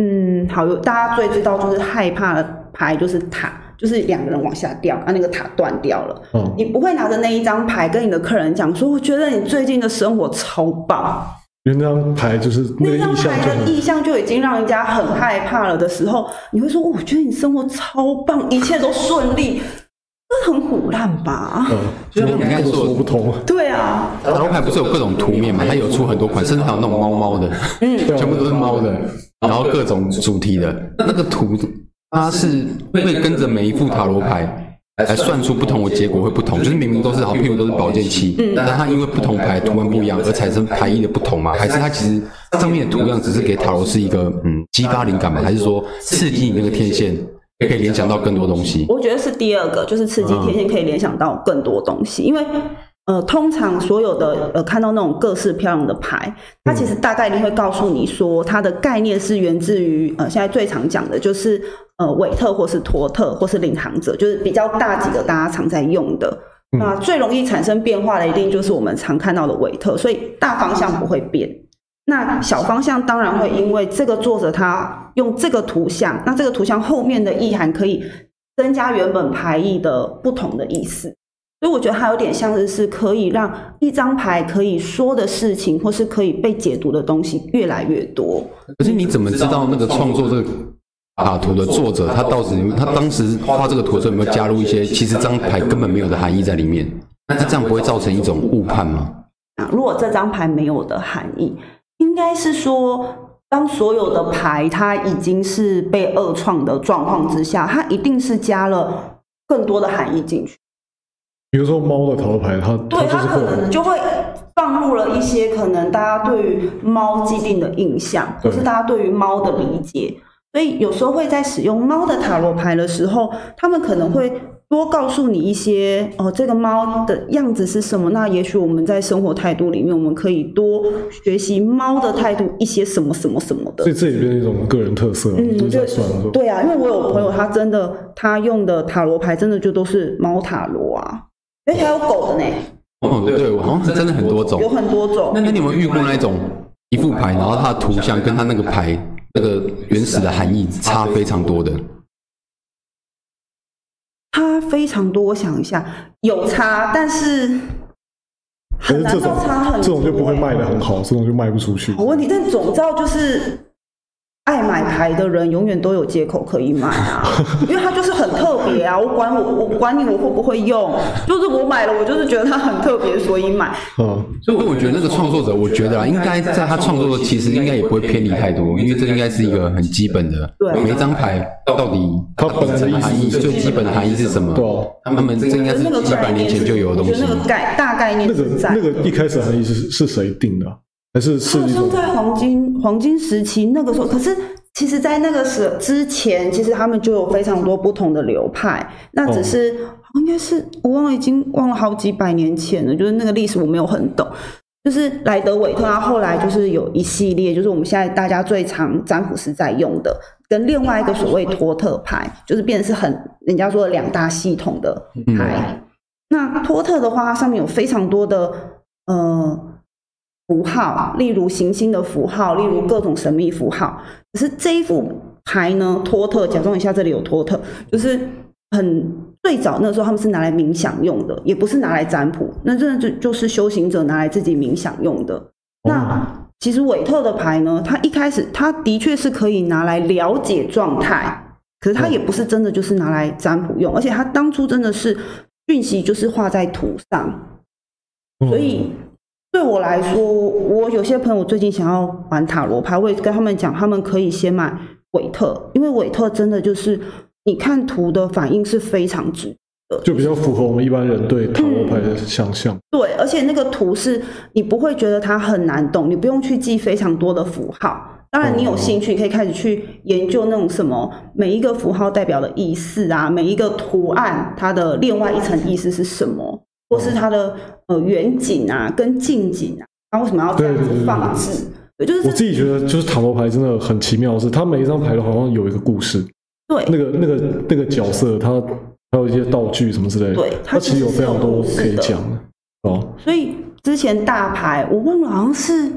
Speaker 2: 嗯，好，有大家最知道就是害怕的牌，就是塔，就是两个人往下掉，啊，那个塔断掉了。
Speaker 3: 哦，
Speaker 2: 你不会拿着那一张牌跟你的客人讲说，我觉得你最近的生活超棒，
Speaker 3: 因为那张牌就是那
Speaker 2: 那
Speaker 3: 个意
Speaker 2: 张
Speaker 3: 象
Speaker 2: 牌
Speaker 3: 就
Speaker 2: 的
Speaker 3: 很
Speaker 2: 意象就已经让人家很害怕了的时候，你会说，我觉得你生活超棒，一切都顺利，这很虎烂吧？
Speaker 3: 呃，
Speaker 1: 就像你刚才说的
Speaker 3: 说不通，
Speaker 2: 对啊，
Speaker 1: 塔罗牌不是有各种图面嘛？它有出很多款，甚至还有那种猫猫的，
Speaker 3: 对啊
Speaker 1: 嗯全部都是猫的，然后各种主题的。那个图它是会跟着每一副塔罗牌来算出不同的结果会不同，就是明明都是好，譬如都是保健期，
Speaker 3: 嗯
Speaker 1: 但它因为不同牌图案不一样而产生牌意的不同嘛？还是它其实上面的图样只是给塔罗是一个嗯激发灵感嘛？还是说刺激你那个天线，可以联想到更多东西？
Speaker 2: 我觉得是第二个，就是刺激天线可以联想到更多东西，因为呃，通常所有的呃看到那种各式漂亮的牌，它其实大概率会告诉你说它的概念是源自于呃现在最常讲的就是呃韦特或是托特或是领航者，就是比较大几个大家常在用的。
Speaker 3: 嗯
Speaker 2: 那最容易产生变化的一定就是我们常看到的韦特，所以大方向不会变。那小方向当然会因为这个作者他用这个图像，那这个图像后面的意涵可以增加原本牌意的不同的意思。所以我觉得它有点像是是可以让一张牌可以说的事情，或是可以被解读的东西越来越多。
Speaker 1: 可是你怎么知道那个创作这个塔图的作者，他到底有没有他当时画这个图的时候有没有加入一些其实这张牌根本没有的含义在里面？那这样不会造成一种误判吗？
Speaker 2: 啊，如果这张牌没有的含义，应该是说，当所有的牌它已经是被恶创的状况之下，它一定是加了更多的含义进去。
Speaker 3: 比如说猫的塔罗牌，它它
Speaker 2: 对，
Speaker 3: 就
Speaker 2: 它
Speaker 3: 是
Speaker 2: 可
Speaker 3: 会有
Speaker 2: 能就会放入了一些可能大家对于猫既定的印象，或是
Speaker 3: 对
Speaker 2: 大家对于猫的理解。所以有时候会在使用猫的塔罗牌的时候，他们可能会多告诉你一些哦，这个猫的样子是什么。那也许我们在生活态度里面，我们可以多学习猫的态度一些什么什么什么的
Speaker 3: 所。以这也变成一种个人特色，啊
Speaker 2: 嗯，
Speaker 3: 就
Speaker 2: 我
Speaker 3: 是
Speaker 2: 觉
Speaker 3: 在
Speaker 2: 得
Speaker 3: 算说，
Speaker 2: 对啊，因为我有朋友，他真的他用的塔罗牌真的就都是猫塔罗啊，而且还有狗的呢。
Speaker 1: 哦，对，我好像真的很多种
Speaker 2: 有。很多种
Speaker 1: 那。那你有没有遇过那种一副牌，然后它的图像跟它那个牌那个原始的含义差非常多的？
Speaker 2: 它非常多，我想一下，有差，但是
Speaker 3: 可
Speaker 2: 很
Speaker 3: 是
Speaker 2: 难
Speaker 3: 这
Speaker 2: 到
Speaker 3: 种
Speaker 2: 差很多、
Speaker 3: 这种就不会卖的很好，这种就卖不出去
Speaker 2: 好。问题，但总照就是爱买牌的人永远都有借口可以买
Speaker 3: [LAUGHS]
Speaker 2: 啊，因为它就是很特别啊。我管我我管你我会不会用，就是我买了，我就是觉得它很特别，所以买。
Speaker 3: 嗯，
Speaker 1: 所以我觉得那个创作者，我觉得啊，应该在他创作的其实应该也不会偏离太多，因为这应该是一个很基本的。
Speaker 2: 对
Speaker 1: 每一张牌到底
Speaker 3: 它本来的意思
Speaker 1: 含义
Speaker 3: 是
Speaker 1: 最基本的含义是什么？
Speaker 3: 对啊
Speaker 1: 他们嗯这应该是
Speaker 2: 那个
Speaker 1: 几百
Speaker 2: 概
Speaker 1: 年
Speaker 2: 念
Speaker 1: 前
Speaker 2: 是
Speaker 1: 就有的东
Speaker 2: 我觉
Speaker 1: 西
Speaker 2: 得那。个概大概念
Speaker 3: 那个
Speaker 2: 是在。
Speaker 3: 那个一开始的含义是是谁定的啊？还是是
Speaker 2: 好
Speaker 3: 一
Speaker 2: 像啊
Speaker 3: 种
Speaker 2: 在黄金黄金时期那个时候，可是其实，在那个时之前，其实他们就有非常多不同的流派。那只是、
Speaker 3: 哦
Speaker 2: 应该是我忘了，已经忘了好几百年前了，就是那个历史我没有很懂。就是莱德韦特，他后来就是有一系列，就是我们现在大家最常占卜师在用的，跟另外一个所谓托特牌，就是变成是很人家说的两大系统的
Speaker 1: 嗯
Speaker 2: 牌。
Speaker 3: 嗯
Speaker 2: 那托特的话，它上面有非常多的呃符号，例如行星的符号，例如各种神秘符号。可是这一副牌呢，托特，假装一下这里有托特，就是很最早那时候他们是拿来冥想用的，也不是拿来占卜，那真的就就是修行者拿来自己冥想用的。那其实韦特的牌呢，它一开始它的确是可以拿来了解状态，可是它也不是真的就是拿来占卜用，而且它当初真的是讯息就是画在图上，
Speaker 3: 嗯
Speaker 2: 所以对我来说，我有些朋友最近想要玩塔罗牌，我也跟他们讲，他们可以先买韦特，因为韦特真的就是你看图的反应是非常直
Speaker 3: 就比较符合我们一般人对塔罗牌
Speaker 2: 嗯
Speaker 3: 的想象。
Speaker 2: 对，而且那个图是你不会觉得它很难懂，你不用去记非常多的符号。当然，你有兴趣可以开始去研究那种什么每一个符号代表的意思啊，每一个图案它的另外一层意思是什么，或是它的呃远景啊跟近景啊，它为什么要这样
Speaker 3: 对对对
Speaker 2: 子
Speaker 3: 对
Speaker 2: 放置？对，就是
Speaker 3: 我
Speaker 2: 这
Speaker 3: 自己觉得，就是塔罗牌真的很奇妙的是，它每一张牌都好像有一个故事，那
Speaker 2: 对
Speaker 3: 个那个那个角色，它还有一些道具什么之类的。
Speaker 2: 对它
Speaker 3: 它其实有非常多可以讲的。哦，
Speaker 2: 所以之前大牌我忘了，好像是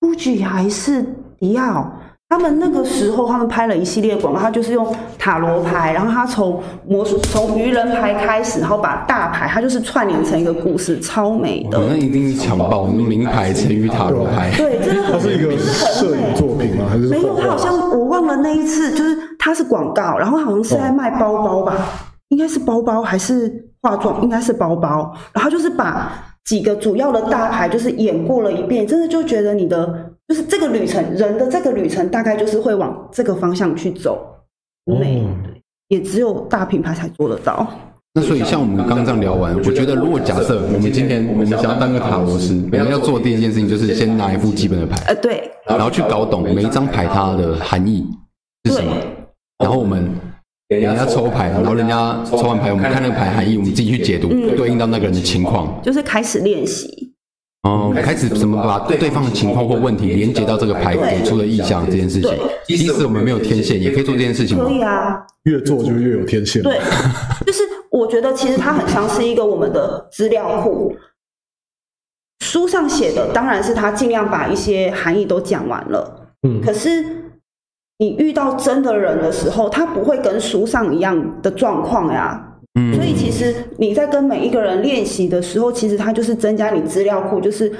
Speaker 2: GUCCI 还是迪奥，他们那个时候他们拍了一系列广告，他就是用塔罗牌，然后他从魔术从愚人牌开始，然后把大牌，它就是串联成一个故事，超美
Speaker 1: 哦
Speaker 2: 的。
Speaker 1: 那一定是强暴名牌成语塔罗牌。
Speaker 2: 对，啊真的
Speaker 3: 它
Speaker 2: 很欸
Speaker 3: 是一
Speaker 2: 真
Speaker 3: 个
Speaker 2: 的很
Speaker 3: 摄
Speaker 2: 美
Speaker 3: 影作品吗？还是
Speaker 2: 没有，
Speaker 3: 画
Speaker 2: 他好像我忘了那一次，就是他是广告，然后好像是在卖包包吧，
Speaker 1: 哦
Speaker 2: 应该是包包还是化妆，应该是包包。然后就是把几个主要的大牌就是演过了一遍，真的就觉得你的就是这个旅程，人的这个旅程大概就是会往这个方向去走，很美，
Speaker 3: 哦
Speaker 2: 也只有大品牌才做得到。
Speaker 1: 那所以像我们刚刚这样聊完，我觉得如果假设我们今天我们想要当个塔罗师，我们要做的第一件事情就是先拿一副基本的牌，
Speaker 2: 呃，对
Speaker 1: 然后去搞懂每一张牌它的含义是什
Speaker 2: 对
Speaker 1: 么，然后我们给人家抽牌，然后人家抽完牌，我们看那个牌含义，我们自己去解读，
Speaker 2: 嗯
Speaker 1: 对应到那个人的情况，
Speaker 2: 就是开始练习，
Speaker 1: 嗯，开始怎么把对方的情况或问题连接到这个牌给出的意向这件事情。即使我们没有天线，也可以做这件事情吗
Speaker 2: 可？以啊，
Speaker 3: 越做就越有天线。
Speaker 2: 对，就是我觉得其实它很像是一个我们的资料库。书上写的当然是他尽量把一些含义都讲完了，
Speaker 3: 嗯
Speaker 2: 可是你遇到真的人的时候，他不会跟书上一样的状况呀。
Speaker 1: 嗯
Speaker 2: 所以其实你在跟每一个人练习的时候，其实它就是增加你资料库，就是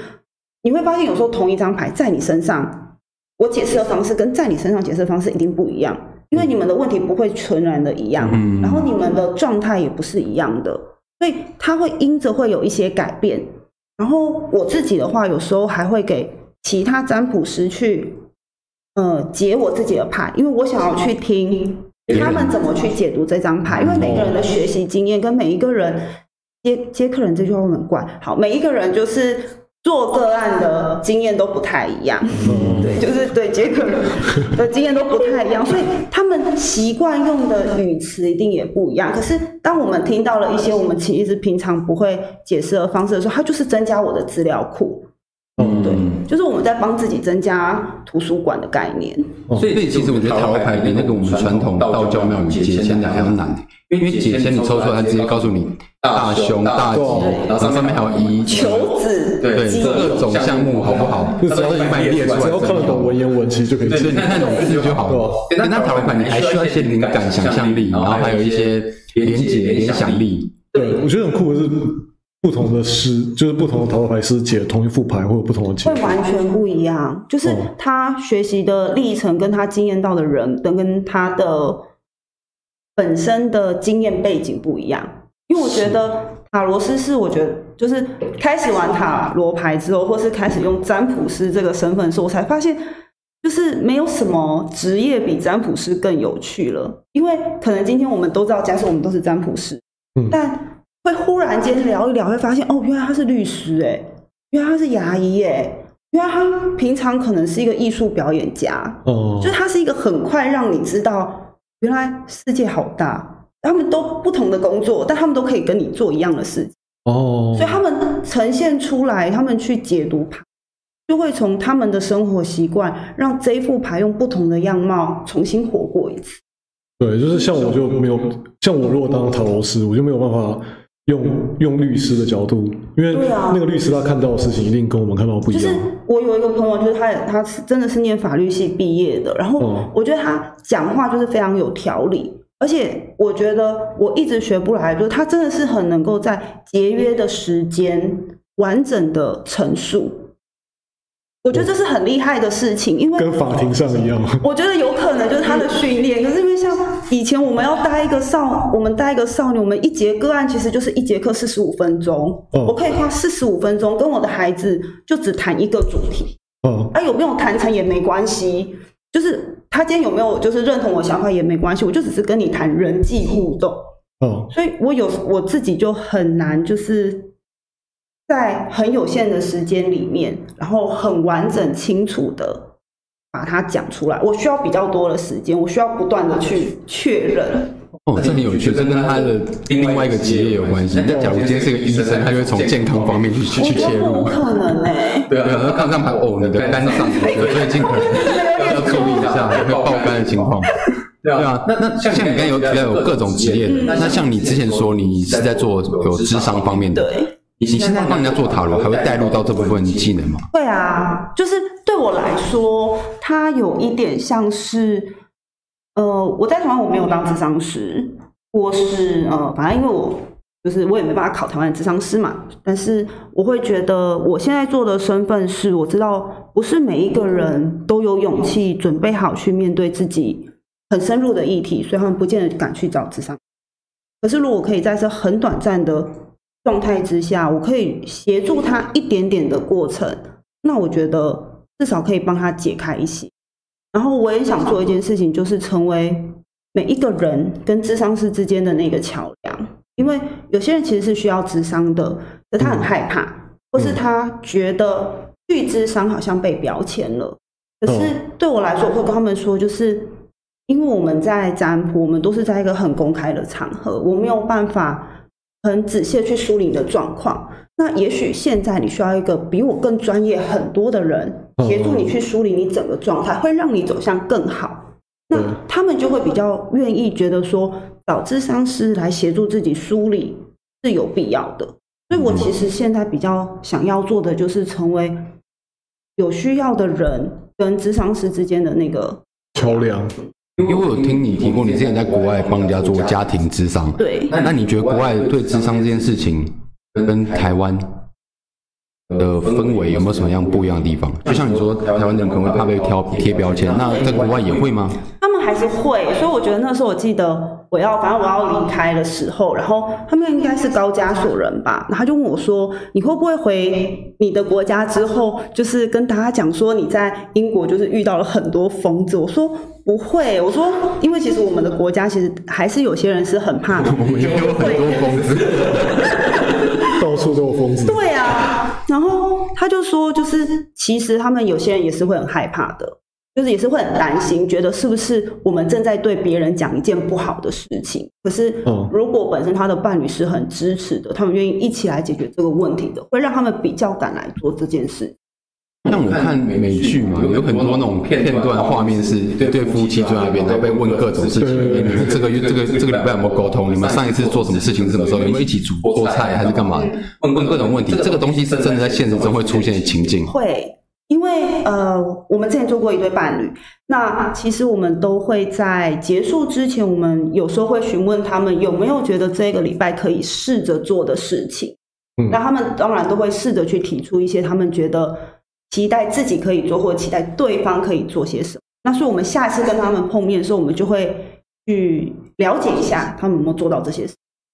Speaker 2: 你会发现有时候同一张牌在你身上，我解释的方式跟在你身上解释的方式一定不一样，因为你们的问题不会纯然的一样，
Speaker 1: 嗯
Speaker 2: 然后你们的状态也不是一样的，所以它会因着会有一些改变。然后我自己的话，有时候还会给其他占卜师去，呃，解我自己的牌，因为我想要去听他们怎么去解读这张牌，因为每个人的学习经验跟每一个人接接客人这句话会很怪，好，每一个人就是做个案的经验都不太一样，对，就是对接客人的经验都不太一样，所以他们习惯用的语词一定也不一样。可是当我们听到了一些我们其实平常不会解释的方式的时候，它就是增加我的资料库。
Speaker 3: 嗯，
Speaker 1: 对，
Speaker 2: 就是我们在帮自己增加图书馆的概念。
Speaker 1: 嗯
Speaker 4: 所以
Speaker 1: 哦所以其实我觉得塔罗牌比那个我们传统道教庙宇解签的还要难，因为解签你抽出来，它直接告诉你大凶大吉，然后上面还有一
Speaker 2: 求子，
Speaker 1: 对
Speaker 2: 鸡
Speaker 1: 各种项目好不好？
Speaker 3: 就只要
Speaker 1: 列出来啊
Speaker 3: 只要看得懂文言文，其实就可以
Speaker 1: 对，
Speaker 3: 知
Speaker 1: 你
Speaker 3: 道。
Speaker 1: 看懂字就好了。但那塔罗牌你还需要一些灵感、想象力，然后还有一些连接、联想力。
Speaker 3: 对，我觉得很酷的是，不同的师就是不同的塔罗牌师解同一副牌会有不同的解
Speaker 2: 会
Speaker 3: 读。
Speaker 2: 完全不一样，就是他学习的历程，跟他经验到的人，跟跟他的本身的经验背景不一样。因为我觉得塔罗斯是，我觉得就是开始玩塔罗牌之后，或是开始用占卜师这个身份的时候，我才发现，就是没有什么职业比占卜师更有趣了。因为可能今天我们都知道，假设我们都是占卜师，
Speaker 3: 嗯
Speaker 2: 但会忽然间聊一聊，会发现哦，原来他是律师、欸，原来他是牙医耶、原来他平常可能是一个艺术表演家，
Speaker 3: 哦
Speaker 2: 就是他是一个很快让你知道原来世界好大，他们都不同的工作，但他们都可以跟你做一样的事情，
Speaker 3: 哦
Speaker 2: 所以他们呈现出来，他们去解读牌，就会从他们的生活习惯，让这一副牌用不同的样貌重新活过一次。
Speaker 3: 对，就是像我就没有，像我如果当塔罗师，我就没有办法用用律师的角度，因为
Speaker 2: 对啊
Speaker 3: 那个律师他看到的事情一定跟我们看到的不一
Speaker 2: 就
Speaker 3: 样。
Speaker 2: 是我有一个朋友，就是他也他是真的是念法律系毕业的，然后
Speaker 3: 嗯
Speaker 2: 我觉得他讲话就是非常有条理，而且我觉得我一直学不来，就是他真的是很能够在节约的时间完整的陈述，我觉得这是很厉害的事情，因为
Speaker 3: 跟法庭上一样嘛。
Speaker 2: 我觉得有可能就是他的训练，可是因为像以前我们要带一个少，我们带一个少女，我们一节个案其实就是一节课四十五分钟，
Speaker 3: 嗯
Speaker 2: 我可以花四十五分钟跟我的孩子就只谈一个主题，
Speaker 3: 哦，
Speaker 2: 啊有没有谈成也没关系，就是他今天有没有就是认同我想法也没关系，我就只是跟你谈人际互动，
Speaker 3: 哦，
Speaker 2: 所以我有我自己就很难就是。在很有限的时间里面，然后很完整清楚的把它讲出来。我需要比较多的时间，我需要不断的去确认。
Speaker 1: 哦，这很有趣，这跟他的另外一个职业有关系。那假如今天是个医生，他就会从健康方面去去
Speaker 2: 我
Speaker 1: 去
Speaker 2: 觉
Speaker 1: 切
Speaker 2: 得
Speaker 1: 入
Speaker 2: 不。可能哎、
Speaker 1: 对啊，然后看看牌哦，你的肝脏，你的最近可能 [LAUGHS] 要注意一下，会爆肝的情况。
Speaker 4: 对
Speaker 1: 对啊，那那像你刚才有提到有各种职业的，
Speaker 2: 嗯
Speaker 1: 那像你之前说你是在做有智商方面的，
Speaker 2: 对，
Speaker 1: 你现在帮人家做塔罗，还会带入到这部分技能吗？
Speaker 2: 会啊，就是对我来说，它有一点像是，呃，我在台湾我没有当智商师，或是呃，反正因为我就是我也没办法考台湾的智商师嘛，但是我会觉得我现在做的身份是，我知道不是每一个人都有勇气准备好去面对自己很深入的议题，所以他们不见得敢去找智商。可是如果可以在这很短暂的状态之下，我可以协助他一点点的过程，那我觉得至少可以帮他解开一些。然后我也想做一件事情，就是成为每一个人跟智商师之间的那个桥梁，因为有些人其实是需要智商的，可他很害怕，或是他觉得去智商好像被标签了。可是对我来说，我会跟他们说，就是因为我们在占卜，我们都是在一个很公开的场合，我没有办法很仔细地去梳理你的状况。那也许现在你需要一个比我更专业很多的人
Speaker 3: 嗯
Speaker 2: 协助你去梳理你整个状态，会让你走向更好。那
Speaker 3: 对
Speaker 2: 他们就会比较愿意觉得说，找智商师来协助自己梳理是有必要的。所以我其实现在比较想要做的就是成为有需要的人跟智商师之间的那个
Speaker 3: 桥梁。
Speaker 1: 因为我有听你提过，你之前在国外帮人家做家庭智商，
Speaker 2: 对
Speaker 1: 那你觉得国外对智商这件事情跟台湾的氛围有没有什么样不一样的地方？就像你说，台湾人可能会怕被挑贴标签，那在国外也会吗？
Speaker 2: 他们还是会，所以我觉得那时候我记得我要，反正我要离开的时候，然后他们应该是高加索人吧，然后他就问我说：“你会不会回你的国家之后，就是跟大家讲说你在英国就是遇到了很多疯子？”我说：“不会。”我说：“因为其实我们的国家其实还是有些人是很怕
Speaker 1: 我们也有很多疯子。
Speaker 3: 到处都有疯子。
Speaker 2: 对啊，然后他就说，就是其实他们有些人也是会很害怕的，就是也是会很担心，觉得是不是我们正在对别人讲一件不好的事情。可是
Speaker 3: 嗯，
Speaker 2: 如果本身他的伴侣是很支持的，他们愿意一起来解决这个问题的，会让他们比较敢来做这件事。
Speaker 1: 像我看美剧嘛，有很多那种片段画面是一对夫妻坐在那边，然后被问各种事情，
Speaker 3: 对对对
Speaker 1: 你们这个月这个这个礼拜有没有沟通？你们上一次做什么事情是什么时候？有没有一起煮做菜还是干嘛？问问各种问题，这个东西是真的在现实中会出现的情境。
Speaker 2: 会，因为呃，我们之前做过一对伴侣，那其实我们都会在结束之前，我们有时候会询问他们有没有觉得这个礼拜可以试着做的事情。
Speaker 3: 嗯
Speaker 2: 那他们当然都会试着去提出一些他们觉得期待自己可以做，或者期待对方可以做些什么。那所以我们下次跟他们碰面的时候，我们就会去了解一下他们有没有做到这些事。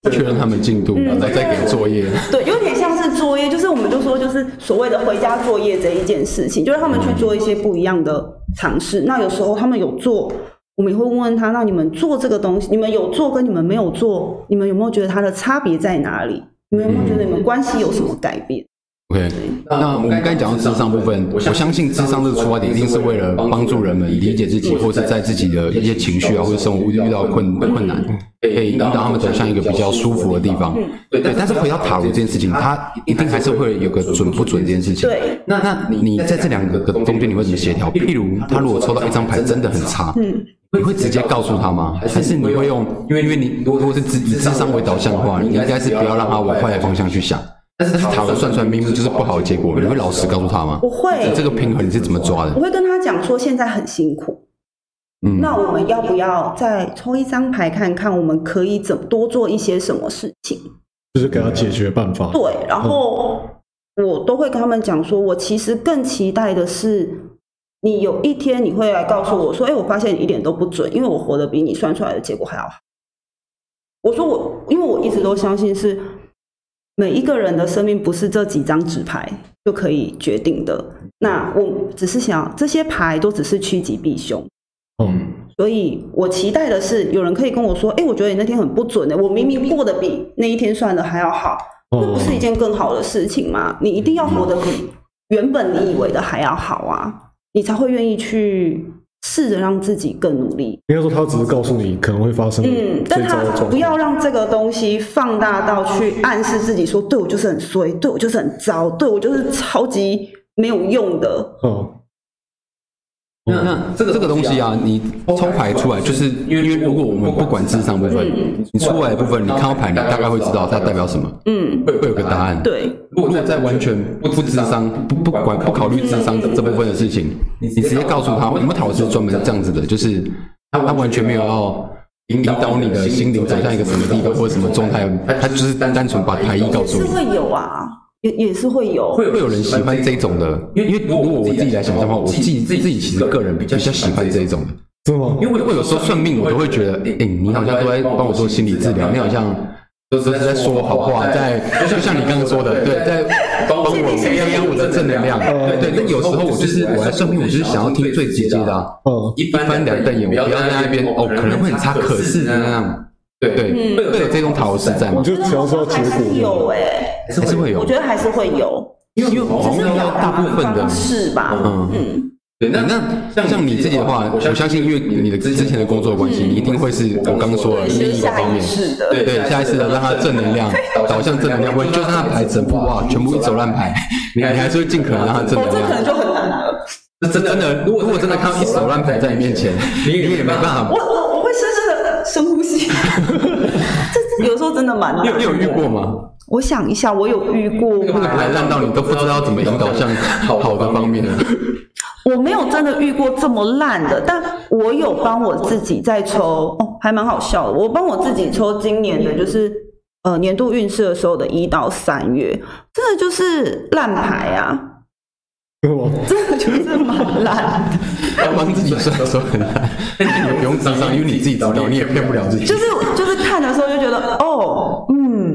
Speaker 1: 确认他们进度，然后再给作业。
Speaker 2: 对，有点像是作业，就是我们就说就是所谓的回家作业这一件事情，就让他们去做一些不一样的尝试。那有时候他们有做，我们也会问问他，那你们做这个东西，你们有做跟你们没有做，你们有没有觉得它的差别在哪里？你们有没有觉得你们关系有什么改变？
Speaker 1: OK，那我们刚才讲到智商部分，我相信智商这个出发点一定是为了帮助人们理解自己，或是在自己的一些情绪啊或者生活遇到困困难，可以引导他们走向一个比较舒服的地方。对，但是回到塔罗这件事情，它一定还是会有个准不准这件事情。
Speaker 2: 对，
Speaker 1: 那那你在这两个中间你会怎么协调？譬如他如果抽到一张牌真的很差，
Speaker 2: 嗯，
Speaker 1: 你会直接告诉他吗？还是你会用？因为因为你如果是智以智商为导向的话，你应该是不要让他往坏的方向去想。但是塔罗算出来明明就是不好的结果，你会老实告诉他吗？
Speaker 2: 我会
Speaker 1: 这个平衡你是怎么抓
Speaker 2: 我
Speaker 1: 的？
Speaker 2: 会跟他讲说现在很辛苦，
Speaker 1: 嗯
Speaker 2: 那我们要不要再抽一张牌看看，我们可以怎么多做一些什么事情？
Speaker 3: 就是给他解决办法。
Speaker 2: 对，然后我都会跟他们讲说，我其实更期待的是，你有一天你会来告诉我说，哎，我发现你一点都不准，因为我活得比你算出来的结果还要好。我说我，因为我一直都相信是每一个人的生命不是这几张纸牌就可以决定的。那我只是想，这些牌都只是趋吉避凶，
Speaker 3: 嗯，
Speaker 2: 所以我期待的是有人可以跟我说，哎，我觉得你那天很不准的、我明明过得比那一天算的还要好，
Speaker 3: 哦
Speaker 2: 这不是一件更好的事情吗？你一定要活得比原本你以为的还要好啊，你才会愿意去试着让自己更努力。
Speaker 3: 应该说他只是告诉你可能会发生
Speaker 2: 嗯，
Speaker 3: 这
Speaker 2: 但
Speaker 3: 招
Speaker 2: 他
Speaker 3: 的状
Speaker 2: 不要
Speaker 3: 况。
Speaker 2: 让这个东西放大到去暗示自己说，对我就是很衰，对我就是很糟，对我就是超级没有用的。
Speaker 3: 嗯，
Speaker 1: 那
Speaker 3: 哦
Speaker 1: 那这个这个东西啊，你抽牌出来，就是因为因为如果我们不管智商部分，你出来的部分，你看到牌，你大概会知道它代表什么，
Speaker 2: 嗯，
Speaker 1: 会会有个答案。。
Speaker 2: 对，
Speaker 1: 如果在完全不智商、不不管不考虑智商这部分的事情，你直接告诉他，我们塔罗是专门这样子的，就是他完全没有要引导你的心灵走向一个什么地方或者什么状态，他就是单单纯把牌意告
Speaker 2: 也
Speaker 1: 诉
Speaker 2: 是
Speaker 1: 你。
Speaker 2: 会有啊，也也是会有。
Speaker 1: 会有人喜欢这种的，因为因为如果我自己来想的话，我自己自己其实个人比较喜欢这种的，
Speaker 3: 是吗？哦
Speaker 1: 因为我有时候算命，我都会觉得，哎、你好像都在帮我做心理治疗，你好像都是在说我好话，在就像你刚刚说的，对，在帮我培养我的正能量。对，那有时候我就是我来算命，我就是想要听最直接的、啊，
Speaker 3: 嗯，
Speaker 1: 一翻两瞪眼，我不要在那边哦，可能会很差，可是那样，对对，会有这种讨论是在吗
Speaker 3: 你？就只要知道结
Speaker 2: 还是有
Speaker 3: 果。
Speaker 2: 哎、
Speaker 1: 还是会有
Speaker 2: 我觉，得还是会有，
Speaker 1: 因为好
Speaker 2: 只是
Speaker 1: 像
Speaker 2: 表
Speaker 1: 要
Speaker 2: 达
Speaker 1: 大部分的
Speaker 2: 方。式吧。
Speaker 1: 嗯
Speaker 2: 嗯。
Speaker 1: 对，那那像你自己的话，我相信因为你的嗯之前的工作关系，你一定会是我刚刚说的
Speaker 2: 对，
Speaker 1: 另
Speaker 2: 是
Speaker 1: 一个
Speaker 2: 下
Speaker 1: 方
Speaker 2: 意
Speaker 1: 面。
Speaker 2: 识的。
Speaker 1: 对对，下一次的让它正能量导向正能量，我就算它牌整副哇全部一手烂牌，你你还是会尽可能让它正
Speaker 2: 哦，
Speaker 1: 能
Speaker 2: 这可
Speaker 1: 量。
Speaker 2: 能就很难了。
Speaker 1: 这真的，如果真的看到一手烂牌在你面前，你也没办法
Speaker 2: 我。我我会深深的深呼吸， [LAUGHS] 这这有时候真的蛮难
Speaker 1: 你有你有遇过吗？
Speaker 2: 我想一下，我有遇过
Speaker 1: 那个
Speaker 2: 吗？
Speaker 1: 牌烂到你都不知道怎么引导向好的方面了。
Speaker 2: 我没有真的遇过这么烂的，但我有帮我自己在抽，哦，还蛮好笑的。我帮我自己抽今年的，就是呃年度运势的时候的一到三月，真的就是烂牌啊，
Speaker 3: 是吗？
Speaker 2: 真的就是蛮烂的。
Speaker 1: 要帮自己算的时候很难，但是你不用智商，因为你自己知道，你也骗不了自己
Speaker 2: 就。是就是看的时候就觉得哦，嗯，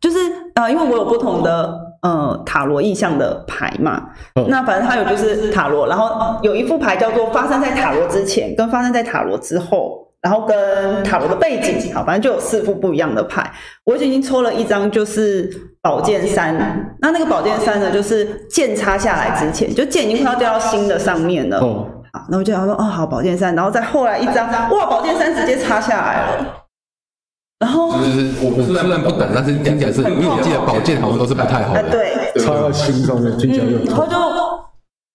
Speaker 2: 就是呃，因为我有不同的呃塔罗意象的牌嘛，
Speaker 3: 嗯
Speaker 2: 那反正它有就是塔罗，然后有一副牌叫做发生在塔罗之前，跟发生在塔罗之后。然后跟塔罗的背景，好，反正就有四副不一样的牌。我已经抽了一张，就是宝剑三。那那个宝剑三呢，就是剑插下来之前，就剑已经快要掉到新的上面了。
Speaker 3: 哦，
Speaker 2: 好，然后就想说，哦，好，宝剑三，然后再后来一张，哇，宝剑三直接插下来了，然后
Speaker 1: 就
Speaker 2: 啊、
Speaker 1: 是我我虽然不懂，但是听起来是，因为我记得宝剑好像都是不太好的。
Speaker 2: 对，嗯
Speaker 3: 插在心上面，听起来就
Speaker 2: 嗯，然后就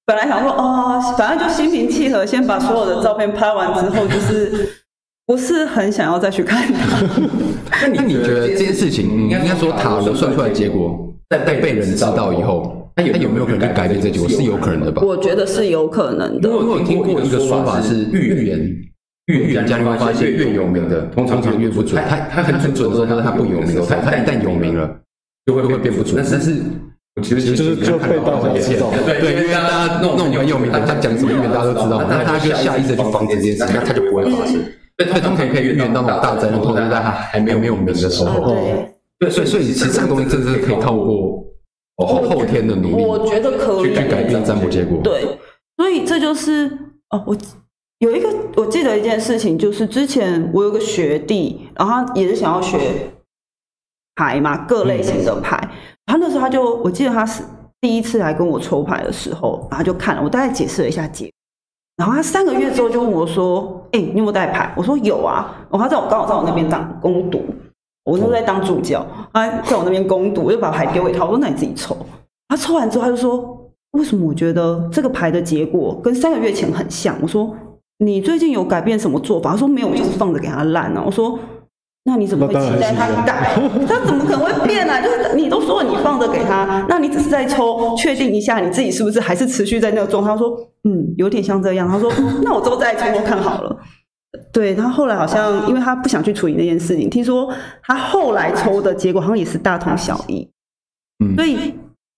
Speaker 2: 本来想说哦，反正就心平气和，先把所有的照片拍完之后，就是不是很想要再去看它。
Speaker 1: 那你觉得这件事情，嗯应该说塔罗算出来的结果，在被被人知道以后，它有没有可能去改变这结果？是有可能的吧？
Speaker 2: 我觉得是有可能的
Speaker 1: 因为。我有听过一个说法是预言，预言家你会发现越有名的通常越不准，他他很准的时候，但是他不有名的时候，他他一旦有名了，就会会变不准。但是
Speaker 4: 其
Speaker 3: 就
Speaker 4: 实
Speaker 3: 是就被大家知道。
Speaker 1: 对，因为大家弄弄很有名的，他讲什么预言大家都知道，那他就下意识地去防止这件事，那他就不会发生。对，通常可以预言到那种大灾难，通常在他还没有没有名的时
Speaker 2: 啊
Speaker 1: 候。
Speaker 2: 对，
Speaker 1: 对，所以所以其实这个东西真的是可以透过后后天的努力
Speaker 2: 我觉得可
Speaker 1: 哦去
Speaker 2: 以。
Speaker 1: 去改变占卜结果。
Speaker 2: 对，所以这就是哦，我有一个我记得一件事情，就是之前我有个学弟，然后他也是想要学牌嘛，各类型的牌。他那时候他就我记得他是第一次来跟我抽牌的时候，然后就看了，我大概解释了一下结果。然后他三个月之后就问我说：“哎、你有没有带牌？”我说：“有啊。”然后他在我刚好在我那边当攻读，我那时候在当助教，他在我那边攻读，我就把牌丢给他，我说：“那你自己抽。”他抽完之后，他就说：“为什么我觉得这个牌的结果跟三个月前很像？”我说：“你最近有改变什么做法？”他说：“没有，我就是放着给他烂啊。”我说：“那你怎么会
Speaker 3: 那当然
Speaker 2: 期待
Speaker 3: 是
Speaker 2: 他
Speaker 3: 一样
Speaker 2: 改？ [LAUGHS] 他怎么可能会变啊？就是你都说你放着给他，那你只是在抽，确定一下你自己是不是还是持续在那个状态。”他说：“嗯，有点像这样。”他说：“那我之后再抽抽看好了。”对他后来好像，因为他不想去处理那件事情，听说他后来抽的结果好像也是大同小异。
Speaker 1: 嗯
Speaker 2: 所以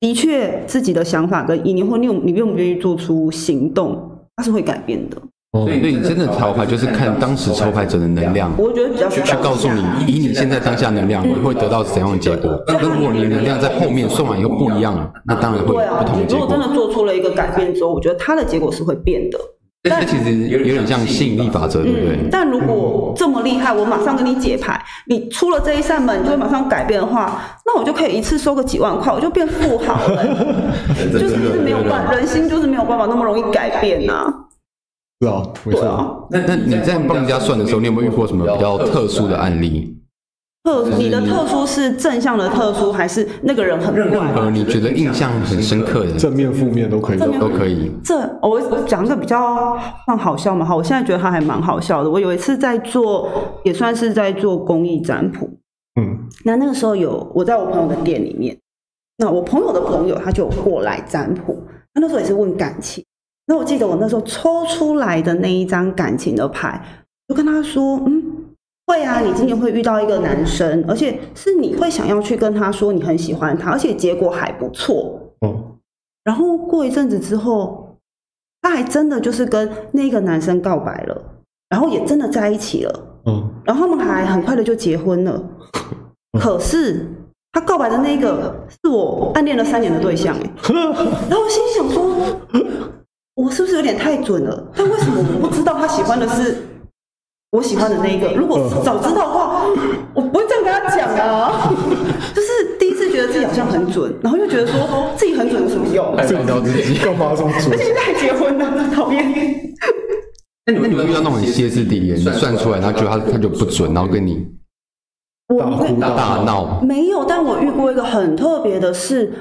Speaker 2: 的确自己的想法跟意念，或你有你愿不愿意做出行动，它是会改变的。
Speaker 3: 哦
Speaker 1: 所以真的桃牌就是看当时抽牌者的能量，
Speaker 2: 我觉得比较
Speaker 1: 去告诉你，以你现在当下能量，你会得到怎样的结果。那如果你的能量在后面算完以后不一样了，那当然会
Speaker 2: 对
Speaker 1: 有
Speaker 2: 啊
Speaker 1: 不同的，结
Speaker 2: 如果真
Speaker 1: 果。
Speaker 2: 的做出了一个改变之后，我觉得它的结果是会变的。嗯
Speaker 1: 这其实有点像吸引力法则，对不对？
Speaker 2: 但如果这么厉害，我马上跟你解牌，你出了这一扇门，你就会马上改变的话，那我就可以一次收个几万块，我就变富豪
Speaker 1: [LAUGHS]
Speaker 2: 了、就是没有办法，人心就是没有办法那么容易改变啊。
Speaker 3: 是啊，没
Speaker 2: 对
Speaker 3: 错。
Speaker 2: 啊，
Speaker 1: 那那你在帮人家算的时候，你有没有遇过什么比较特殊的案例，
Speaker 2: 特你的特殊是正向的特殊，还是那个人很怪？
Speaker 1: 呃，你觉得印象很深刻的
Speaker 3: 正面、负面都可以。
Speaker 2: 正面
Speaker 1: 都可以？
Speaker 2: 这哦我讲一个比较算好笑嘛，哈，我现在觉得他还蛮好笑的。我有一次在做，也算是在做公益占卜。
Speaker 3: 嗯，
Speaker 2: 那那个时候有我在我朋友的店里面，那我朋友的朋友他就有过来占卜，那那时候也是问感情。那我记得我那时候抽出来的那一张感情的牌，我就跟他说，嗯，会啊，你今年会遇到一个男生，而且是你会想要去跟他说你很喜欢他，而且结果还不错。
Speaker 3: 哦，
Speaker 2: 然后过一阵子之后，他还真的就是跟那个男生告白了，然后也真的在一起了，
Speaker 3: 嗯，
Speaker 2: 然后他们还很快的就结婚了。可是他告白的那个是我暗恋了三年的对象、欸，然后我心里想说，我是不是有点太准了？但为什么我不知道他喜欢的是我喜欢的那一个？如果是早知道的话，我不会这样跟他讲啊。 [LAUGHS] 就是第一次觉得自己好像很准，然后又觉得说自己很准有什么用？
Speaker 1: 自己聊自己。
Speaker 3: [LAUGHS] 干嘛这么
Speaker 2: 而
Speaker 3: 准？
Speaker 2: 且现在还结婚了，讨厌。
Speaker 1: 那你们遇到那种很歇斯底里，你算出来，然后觉得他他就不准，然后跟你
Speaker 2: 我
Speaker 3: 大哭
Speaker 1: 大闹，
Speaker 2: 没有，但我遇过一个很特别的事，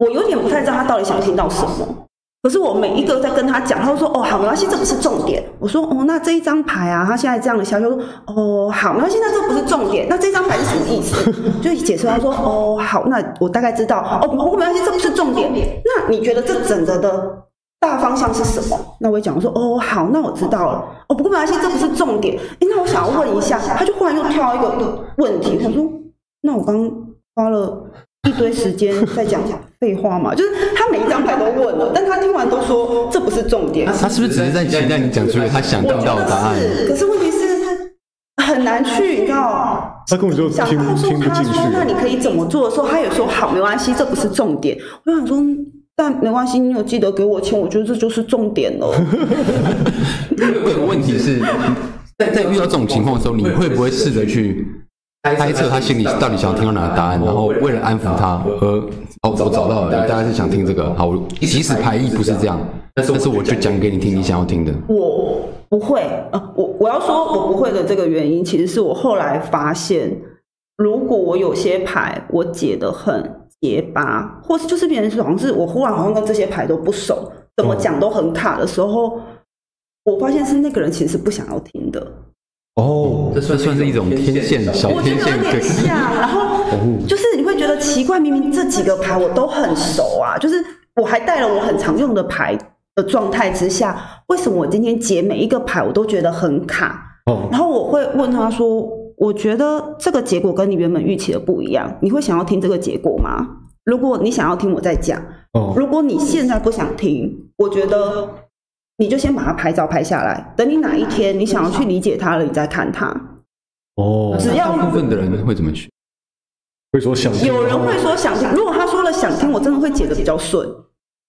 Speaker 2: 我有点不太知道他到底想听到什么。可是我每一个在跟他讲，他就说：“哦，好，没关系，这不是重点。”我说：“哦，那这一张牌啊，他现在这样的消息，他说：哦，好，没关系，那这不是重点。那这张牌是什么意思？” [LAUGHS] 就解释。他说：“哦，好，那我大概知道。哦，我没关系，这不是重点。那你觉得这整个的大方向是什么？”那我也讲我说：“哦，好，那我知道了。哦，不过没关系，这不是重点。诶那我想要问一下，他就忽然又跳一个问题，他说：那我刚花了一堆时间在讲废话嘛， [LAUGHS] 就是他每一张牌都问了，但他听完都说这不是重点。
Speaker 1: 他是不是只是在期待你讲出他想听
Speaker 2: 我
Speaker 1: 到
Speaker 2: 觉
Speaker 1: 的答
Speaker 2: 得
Speaker 1: 案？
Speaker 2: 是，可是问题是很难去，你知道。
Speaker 3: 他根本就听
Speaker 2: 想告诉
Speaker 3: 听不
Speaker 2: 他
Speaker 3: 进
Speaker 2: 说，那你
Speaker 3: 去。
Speaker 2: 可以怎么做的时候，他也说好，没关系，这不是重点。我想说，但没关系，你有记得给我钱，我觉得这就是重点了。
Speaker 1: 这个问题是，在在遇到这种情况的时候，你会不会试着去猜测他心里到底想听到哪个答案，然后为了安抚他而哦，我找到了，大家是想听这个。好，我即使排异不是这样，但是我就讲给你听，你想要听的。
Speaker 2: 我不会，呃，我我要说我不会的这个原因，其实是我后来发现，如果我有些牌我解得很结巴，或是就是别人说好像是我忽然好像跟这些牌都不熟，怎么讲都很卡的时候，我发现是那个人其实不想要听的，
Speaker 3: 哦
Speaker 1: 这，算算是一种天线小
Speaker 2: 我觉
Speaker 1: 天
Speaker 2: 得
Speaker 1: 线
Speaker 2: 有点
Speaker 1: 梗。
Speaker 2: 像，然后就是你会觉得奇怪，明明这几个牌我都很熟啊，就是我还带了我很常用的牌的状态之下，为什么我今天解每一个牌我都觉得很卡？
Speaker 3: 哦，
Speaker 2: 然后我会问他说：“我觉得这个结果跟你原本预期的不一样，你会想要听这个结果吗？如果你想要听，我再讲；
Speaker 3: 哦，
Speaker 2: 如果你现在不想听，我觉得你就先把它拍照拍下来，等你哪一天你想要去理解它了，你再看它。
Speaker 3: 哦，
Speaker 2: 只要
Speaker 1: 大部分的人会怎么选？
Speaker 3: 会说想
Speaker 2: 有人会说想听，如果他说了想听，我真的会解的比较顺。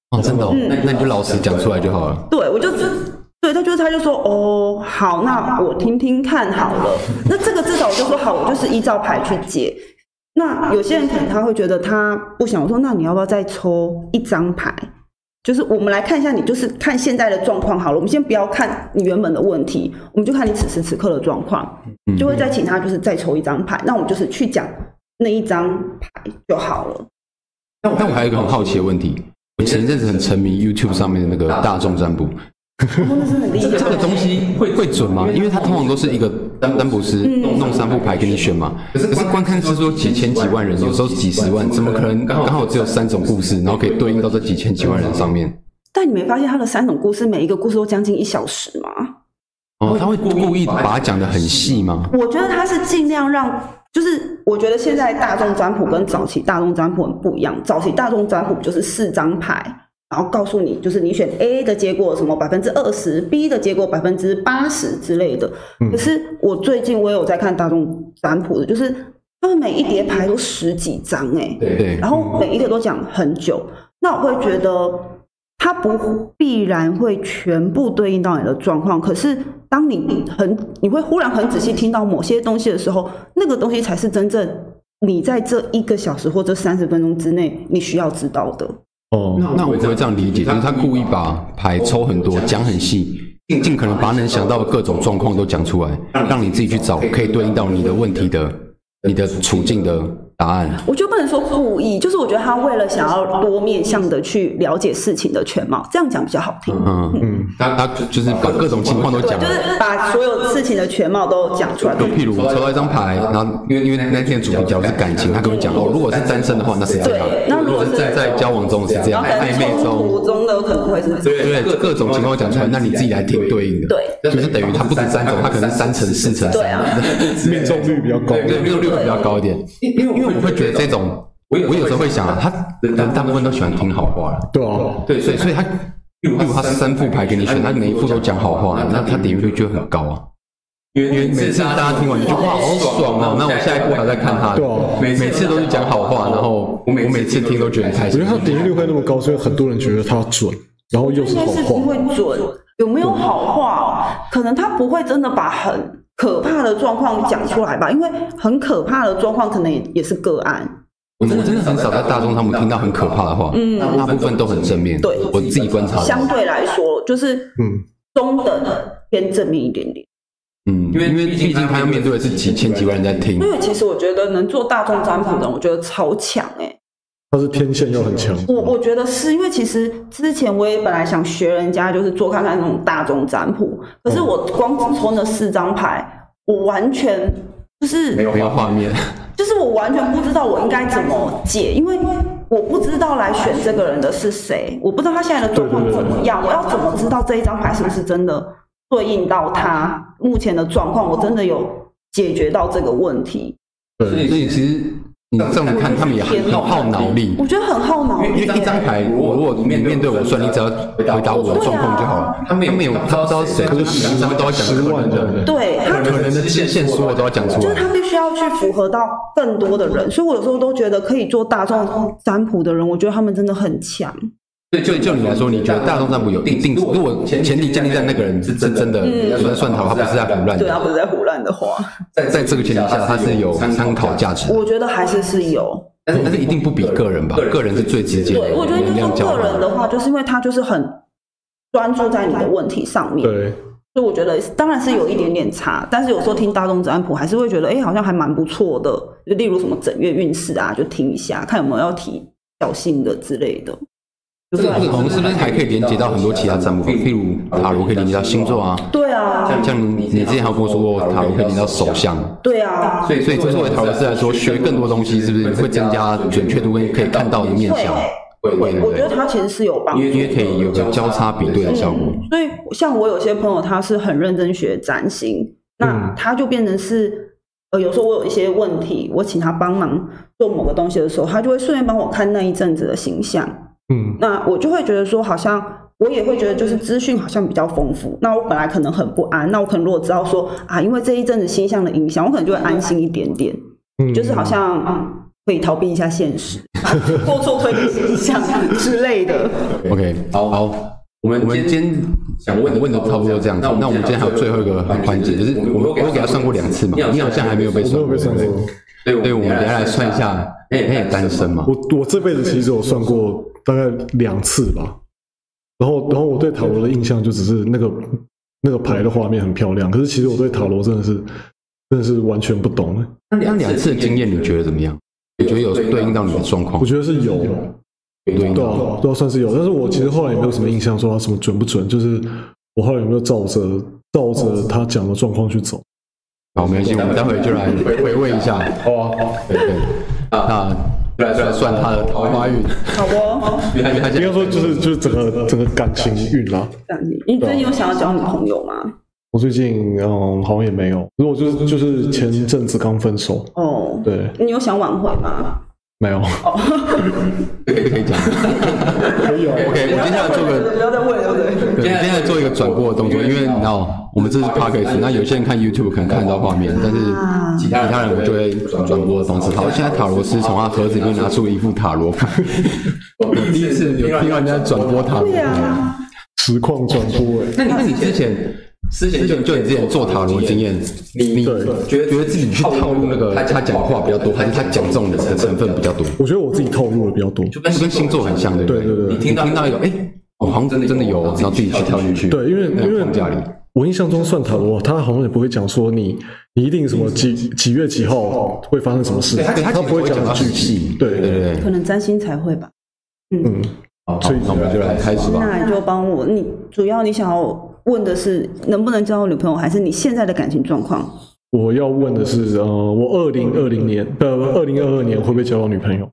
Speaker 1: 哦，真的、哦，
Speaker 2: 嗯
Speaker 1: 那那你就老实讲出来就好了。
Speaker 2: 对，我就知，对他就是他就说哦好，那我听听看好了。那这个至少我就说好，我就是依照牌去解。那有些人可能他会觉得他不想，我说那你要不要再抽一张牌？就是我们来看一下你，就是看现在的状况好了。我们先不要看你原本的问题，我们就看你此时此刻的状况，
Speaker 1: 嗯
Speaker 2: 就会再请他就是再抽一张牌。那我们就是去讲那一张牌就好
Speaker 1: [LAUGHS]
Speaker 2: 了。
Speaker 1: 但我还有一个很好奇的问题，我前一阵子很沉迷 YouTube 上面的那个大众占卜，
Speaker 2: 哦，那是很厉害。
Speaker 1: 这个东西会会准吗？因为它通常都是一个占占卜师弄弄三副牌给你选嘛。可是观看是说前前几万人，有时候几十万，怎么可能刚好只有三种故事，然后可以对应到这几千几万人上面？
Speaker 2: 但你没发现他的三种故事，每一个故事都将近一小时吗？
Speaker 1: 哦，他会故意把它讲的很细吗？
Speaker 2: 我觉得他是尽量让，就是我觉得现在大众占卜跟早期大众占卜很不一样。早期大众占卜就是四张牌，然后告诉你就是你选 A 的结果什么百分之二十，B 的结果百分之八十之类的。可是我最近我有在看大众占卜的，就是他们每一叠牌都十几张哎、
Speaker 1: 对，
Speaker 2: 然后每一个都讲很久，那我会觉得它不必然会全部对应到你的状况，可是当你很你会忽然很仔细听到某些东西的时候，那个东西才是真正你在这一个小时或者三十分钟之内你需要知道的。
Speaker 3: 哦，
Speaker 1: 那我会这样理解，就是他故意把牌抽很多，讲嗯很细，尽可能把能想到的各种状况都讲出来，让你自己去找可以对应到你的问题的、你的处境的答案。
Speaker 2: 我觉得不能说故意，就是我觉得他为了想要多面向的去了解事情的全貌，这样讲比较好听。
Speaker 1: 嗯嗯，他他就是把各种情况都
Speaker 2: 对，
Speaker 1: 讲
Speaker 2: 就
Speaker 1: 了。
Speaker 2: 是把所有事情的全貌都讲出来。
Speaker 1: 就譬如我抽到一张牌，然后因为因为那天的主题假如是感情，他跟我讲哦，如果是单身的话，那是这样；
Speaker 2: 对那如果是
Speaker 1: 在在交往中是这
Speaker 2: 然
Speaker 1: 样，
Speaker 2: 后可能
Speaker 1: 暧昧
Speaker 2: 冲
Speaker 1: 中
Speaker 2: 突中的可能会是
Speaker 1: 对各各种情况讲出来，那你自己来听对应的。
Speaker 2: 对
Speaker 1: 就是等于它不止三种，它可能是三乘、四乘、
Speaker 2: 对啊，
Speaker 3: 命中率比较高，
Speaker 1: 对，六六比较高一点。因为因为我会觉得这种，我有时候会想啊，他人大部分都喜欢听好话了。
Speaker 3: 对啊，
Speaker 1: 对，所以所以他，如果他三副牌给你选，他每一副都讲好话，那他点阅率就会很高啊。因为每次大家听完就哇好爽啊，那我下一步还在看他
Speaker 3: 对啊，
Speaker 1: 每每次都是讲好话，然后我每次听都觉得很开
Speaker 3: 我觉
Speaker 1: 心
Speaker 3: 得。它的点击率会那么高，所以很多人觉得它准，然后又
Speaker 2: 应
Speaker 3: 是
Speaker 2: 该
Speaker 3: 好
Speaker 2: 是不
Speaker 3: 话，
Speaker 2: 会准，有没有好话、哦？可能他不会真的把很可怕的状况讲出来吧，因为很可怕的状况可能也也是个案。
Speaker 1: 我真的真的很少在大众他们听到很可怕的话，
Speaker 2: 嗯
Speaker 1: 大部分都很正面。
Speaker 2: 对
Speaker 1: 我自己观察到，
Speaker 2: 相对来说，就是
Speaker 3: 嗯，
Speaker 2: 中等偏正面一点点。
Speaker 1: 嗯，因为因为毕竟他要面对的是几千几万人在听，
Speaker 2: 因为其实我觉得能做大众占卜的人，我觉得超强哎、
Speaker 3: 它是天线要很强，
Speaker 2: 我我觉得是因为其实之前我也本来想学人家就是做看看那种大众占卜，可是我光只抽那四张牌，我完全就是
Speaker 1: 没有画面。
Speaker 2: 就是我完全不知道我应该怎么解，因为我不知道来选这个人的是谁，我不知道他现在的状况怎么样，我要怎么知道这一张牌是不是真的对应到他目前的状况？我真的有解决到这个问题？
Speaker 1: 所
Speaker 3: 对，
Speaker 1: 以其实你这样子看，他们也很很耗脑力。
Speaker 2: 我觉得很耗脑
Speaker 1: 因为
Speaker 2: 力。
Speaker 1: 一张牌，如果你面对我算，你只要回答我的状况就好了。他们也没有，他不知道谁，
Speaker 3: 可
Speaker 1: 可
Speaker 3: 是
Speaker 1: 是他
Speaker 3: 十
Speaker 1: 们都要讲
Speaker 3: 十
Speaker 1: 可
Speaker 3: 万
Speaker 1: 能
Speaker 3: 人，
Speaker 1: 的，
Speaker 2: 对他
Speaker 1: 可能的期限，所有都要讲出
Speaker 2: 就是
Speaker 1: 来。
Speaker 2: 他必须要去符合到更多的人，所以我有时候都觉得可以做大众占卜的人，我觉得他们真的很强。
Speaker 1: 对，就就你来说，你觉得大众占卜有一定？如果前提建立在那个人是真真的有在算讨，他不是在胡乱
Speaker 2: 嗯对啊，
Speaker 1: 的，
Speaker 2: 不是在胡乱的话，
Speaker 1: 在在这个前提下，他是有参考价值的，
Speaker 2: 我觉得还是是有。
Speaker 1: 但是但是一定不比个人吧？个人是最直接的
Speaker 2: 对，我觉得
Speaker 1: 能
Speaker 2: 就
Speaker 1: 量
Speaker 2: 是
Speaker 1: 交
Speaker 2: 个
Speaker 1: 换
Speaker 2: 人。的话，就是因为他就是很专注在你的问题上面，
Speaker 3: 对，
Speaker 2: 所以我觉得当然是有一点点差，但是有时候听大众占卜还是会觉得，哎、好像还蛮不错的。就例如什么整月运势啊，就听一下，看有没有要提小心的之类的。
Speaker 1: 这个我们是不是还可以连接到很多其他占卜方法？譬如塔罗可以连接到星座啊，
Speaker 2: 对啊，
Speaker 1: 像你之前还有跟我说过，塔罗可以连接到手相。
Speaker 2: 对啊，
Speaker 1: 所以，所以作为塔罗师来说，学更多东西是不是会增加准确度跟可以看到的面
Speaker 2: 会
Speaker 1: 相？
Speaker 4: 会
Speaker 1: 会对
Speaker 2: 我觉得它其实是有帮助
Speaker 1: 因。为因为可以有个交叉比对的效果。
Speaker 2: 所以像我有些朋友，他是很认真学占星，那他就变成是，呃，有时候我有一些问题，我请他帮忙做某个东西的时候，他就会顺便帮我看那一阵子的形象，
Speaker 3: 嗯，
Speaker 2: 那我就会觉得说，好像我也会觉得就是资讯好像比较丰富。那我本来可能很不安，那我可能如果知道说啊，因为这一阵子星象的影响，我可能就会安心一点点，
Speaker 3: 嗯
Speaker 2: 就是好像嗯。可以逃避一下现实，做出推理形象之类的。
Speaker 1: OK，好，好，我们我们今天想问问的差不多这样子。那我们今天还有最后一个环节，就是我们我有给他算过两次嘛，你好像还没有被
Speaker 3: 我没
Speaker 1: 算
Speaker 3: 有
Speaker 1: 过
Speaker 3: 被。算过，
Speaker 1: 对，我们等一下来算一下，哎，也单身嘛？
Speaker 3: 我我这辈子其实有算过大概两次吧，然后然后我对塔罗的印象就只是那个那个牌的画面很漂亮，可是其实我对塔罗真的是真的是完全不懂，欸
Speaker 1: 那两次的经验你觉得怎么样？你觉得有对应到你的状况
Speaker 3: 我？觉得是有，
Speaker 1: 对应
Speaker 3: 对
Speaker 1: 到
Speaker 3: 啊，对啊，算是有，但是我其实后来也没有什么印象说它什么准不准，就是我后来有没有照着照着他讲的状况去走，
Speaker 1: 好，没关系，我们待会就来回味一下。哦，对对，那就来算算他的桃花运。
Speaker 2: 好哦，
Speaker 1: 因为他
Speaker 3: 应
Speaker 1: 现
Speaker 3: 该说就是就是整个整个感情运啦、
Speaker 2: 这样子你最近有想要交女朋友吗？
Speaker 3: 我最近嗯好像也没有，如果就是就是前阵子刚分手，
Speaker 2: 哦，
Speaker 3: 对，
Speaker 2: 你有想挽回吗？
Speaker 3: 没有，
Speaker 1: 可以可以讲。
Speaker 3: 可以啊
Speaker 1: OK，我们接下来做个
Speaker 2: 不要再问了，对不对？
Speaker 1: 对，我们现在做一个转播的动作，因为你知道，我们这是 podcast，那有些人看 YouTube 可能看得到画面，但是
Speaker 2: 啊
Speaker 1: 其他人我们就会转转播的方式。好，现在塔罗斯从他盒子里面拿出一副塔罗牌，
Speaker 2: 哦
Speaker 1: 我第一次有听到人家转播塔罗
Speaker 2: 对
Speaker 1: 牌。
Speaker 2: 啊，
Speaker 3: 实况转播
Speaker 1: 那
Speaker 3: 哎、
Speaker 1: 你那你之前之前就就你之前做塔罗经验，你你觉得觉得自己去套路那个他讲话比较多，还是他讲中的成分比较多？
Speaker 3: 我觉得我自己透露的比较多，
Speaker 1: 但是跟星座很像，对不
Speaker 3: 对对对
Speaker 1: 你听到听到有哎，我好像真的真的有，然后自己去跳进去。
Speaker 3: 对，因为
Speaker 1: 那个
Speaker 3: 因为
Speaker 1: 框架里
Speaker 3: 我印象中算塔罗，他好像也不会讲说你你一定什么几几月几号会发生什么事，
Speaker 1: 对他他
Speaker 3: 不会讲很具体，对
Speaker 1: 对对对
Speaker 2: 可。能占星才会吧。
Speaker 3: 嗯，
Speaker 1: 好，那我们就来开始吧。
Speaker 2: 那你就帮我，你主要你想要问的是能不能交女朋友，还是你现在的感情状况？
Speaker 3: 我要问的是，呃，我二零二零年呃二零二二年会不会交到女朋友，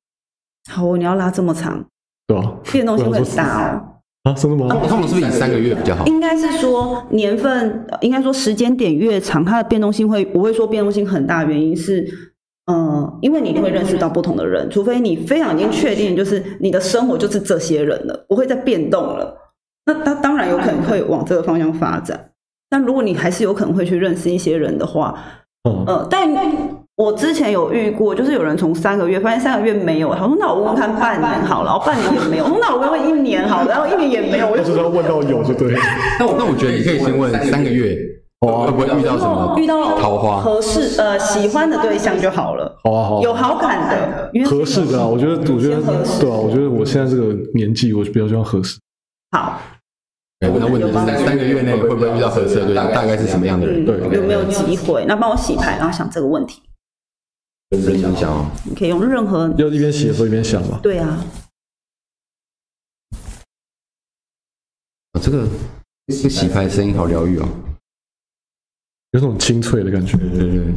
Speaker 2: 好哦，你要拉这么长，
Speaker 3: 对吧？
Speaker 2: 变动性会很大哦。
Speaker 3: 啊，真的吗？
Speaker 1: 通常是不是以三个月比较好？
Speaker 2: 应该是说年份，呃应该说时间点越长，它的变动性会，我会说变动性很大，原因是，嗯，因为你会认识到不同的人，除非你非常已经确定，就是你的生活就是这些人了，不会再变动了。那它当然有可能会往这个方向发展，但如果你还是有可能会去认识一些人的话，
Speaker 3: 嗯，
Speaker 2: 呃，但我之前有遇过，就是有人从三个月发现三个月没有，他说那我问问看半年好了，然后半年也没有，我说那我问问一年好了，然后一年也没有，我
Speaker 3: 我
Speaker 2: 就
Speaker 3: 就是要问到有就对了，
Speaker 1: 那我那我觉得你可以先问三个月哦会不会遇到什
Speaker 3: 哦
Speaker 1: 么
Speaker 2: 哦遇到
Speaker 1: 桃花？
Speaker 2: 合适呃喜欢的对象就好了，
Speaker 3: 好啊好啊，
Speaker 2: 有好感的，因为
Speaker 3: 合适的啊，我觉得我觉
Speaker 2: 先
Speaker 3: 得
Speaker 2: 合适
Speaker 3: 对啊，我觉得我现在这个年纪，我比较喜欢合适，
Speaker 2: 好，
Speaker 1: 那问题是三个月内会不会遇到合适的对象？大概是什么样的人？
Speaker 2: 嗯
Speaker 3: 对，
Speaker 2: 有没有机会？那帮我洗牌，然后想这个问题，
Speaker 1: 认真想哦。
Speaker 2: 你可以用任何
Speaker 3: 要一边写的时候一边想嘛。
Speaker 2: 对啊，
Speaker 1: 啊这个这个洗牌声音好疗愈哦。
Speaker 3: 有种清脆的感觉。哦
Speaker 1: 对对对，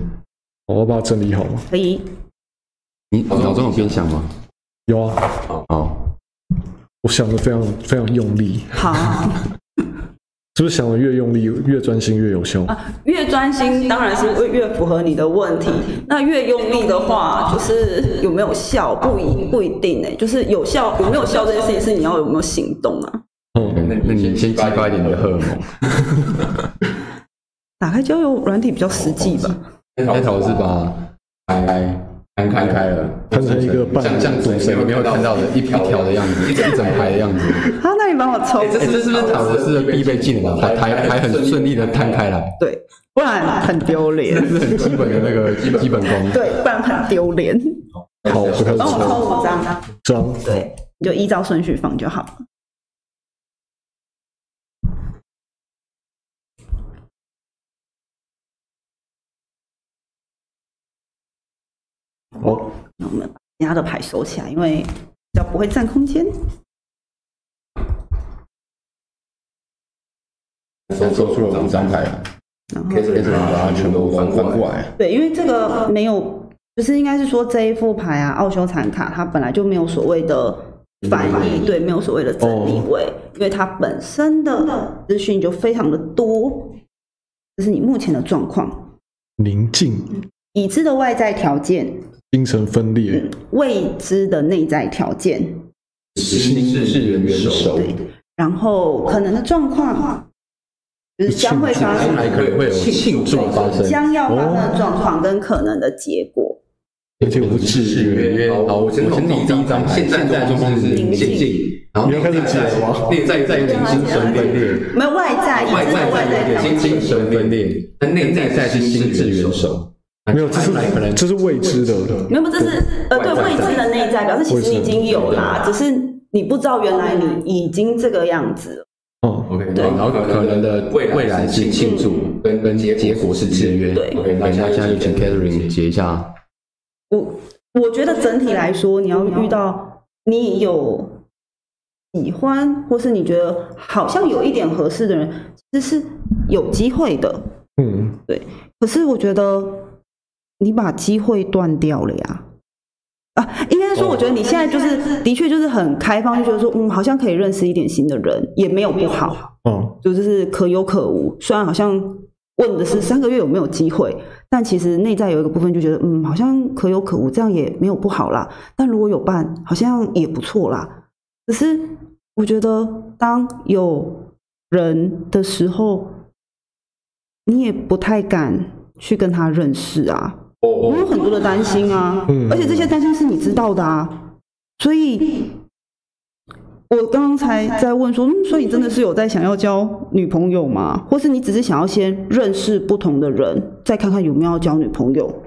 Speaker 3: 我要把它整理好了。
Speaker 2: 可以
Speaker 1: 你脑中有边想吗？
Speaker 3: 有啊，
Speaker 1: 好，
Speaker 3: 我想的非常非常用力， [LAUGHS]
Speaker 2: 好，
Speaker 3: 是不是想的越用力越专心越有效？
Speaker 2: 越专心当然是会越符合你的问题，
Speaker 3: 嗯
Speaker 2: 那越用力的话，就是有没有效不一不一定哎、就是有效有没有效这件事情是你要有没有行动啊？
Speaker 3: 嗯，
Speaker 1: 那那你先激发一点你的荷尔蒙。
Speaker 2: 打开交友软体比较实际
Speaker 3: 哦
Speaker 2: 吧，
Speaker 1: 开头是把开摊开开了，
Speaker 3: 摊成一个半
Speaker 1: 像像赌神有没有看到的一一条的样子， [LAUGHS] 一整一整排的样子。
Speaker 2: 好，那你帮我抽，
Speaker 1: 哎，这是不是塔罗斯的必备技能啊？把牌牌很顺利的摊开来，
Speaker 2: 对，不然很丢脸
Speaker 1: 这，是很基本的那个基本功。
Speaker 2: 对，不然很丢脸。
Speaker 3: 好，我开始
Speaker 2: 帮我
Speaker 3: 抽
Speaker 2: 抽五张，
Speaker 3: 哦张。
Speaker 2: 哦对，你就依照顺序放就好了。
Speaker 3: 好，
Speaker 2: 那我们把其他的牌收起来，因为比较不会占空间。
Speaker 1: 搜搜出了五张牌
Speaker 2: 然后
Speaker 1: ，Catherine 把它全部翻翻过来，
Speaker 2: 对，因为这个没有，就是应该是说这一副牌啊，奥修禅卡它本来就没有所谓的反义，对，没有所谓的
Speaker 1: 哦
Speaker 2: 正逆位，因为它本身的资讯就非常的多，这是你目前的状况，
Speaker 3: 宁静、
Speaker 2: 已知的外在条件，
Speaker 3: 精神分裂、
Speaker 2: 未知的内在条件，
Speaker 1: 心智元首，
Speaker 2: 然后可能的状况，就是将会发
Speaker 1: 将来
Speaker 2: 生，
Speaker 1: 可能会有庆祝发生，哦
Speaker 2: 将要发生的状况跟可能的结果。
Speaker 3: 而且无制约。
Speaker 1: 好，我先从第一张牌，现在状况是宁静，然后
Speaker 3: 你要开始解了吗
Speaker 1: 内在在有点精神分裂，
Speaker 2: 没有外在，已
Speaker 1: 外
Speaker 2: 知
Speaker 1: 在
Speaker 2: 的外
Speaker 1: 在有
Speaker 2: 在条
Speaker 1: 点
Speaker 2: 件，
Speaker 1: 精神分裂，那内在在是心智元首，
Speaker 3: 没有，这是
Speaker 1: 可能
Speaker 3: 这是未知的，
Speaker 2: 没有，这是呃对未知的内在，表示其实你已经有啦，只是你不知道原来你已经这个样子了。
Speaker 3: 嗯，
Speaker 1: OK，然后可能的未未来是庆祝，
Speaker 4: 嗯
Speaker 1: 跟跟结结果是制约。
Speaker 2: 对
Speaker 1: OK，那现在现在就请 Catherine 解一下。
Speaker 2: 我我觉得整体来说，你要遇到你有喜欢，或是你觉得好像有一点合适的人，其实是有机会的。
Speaker 3: 嗯，
Speaker 2: 可是我觉得你把机会断掉了呀。啊，应该说，我觉得你现在就是，的确就是很开放，就觉得说，嗯，好像可以认识一点新的人，也没有不好。
Speaker 3: 哦，
Speaker 2: 就就是可有可无。虽然好像问的是三个月有没有机会，但其实内在有一个部分就觉得，嗯，好像可有可无，这样也没有不好啦。但如果有伴，好像也不错啦。可是我觉得，当有人的时候，你也不太敢去跟他认识啊。我有很多的担心啊，
Speaker 3: 嗯
Speaker 2: 而且这些担心是你知道的啊，所以，我刚才在问说，嗯，所以你真的是有在想要交女朋友吗？或是你只是想要先认识不同的人，再看看有没有要交女朋友？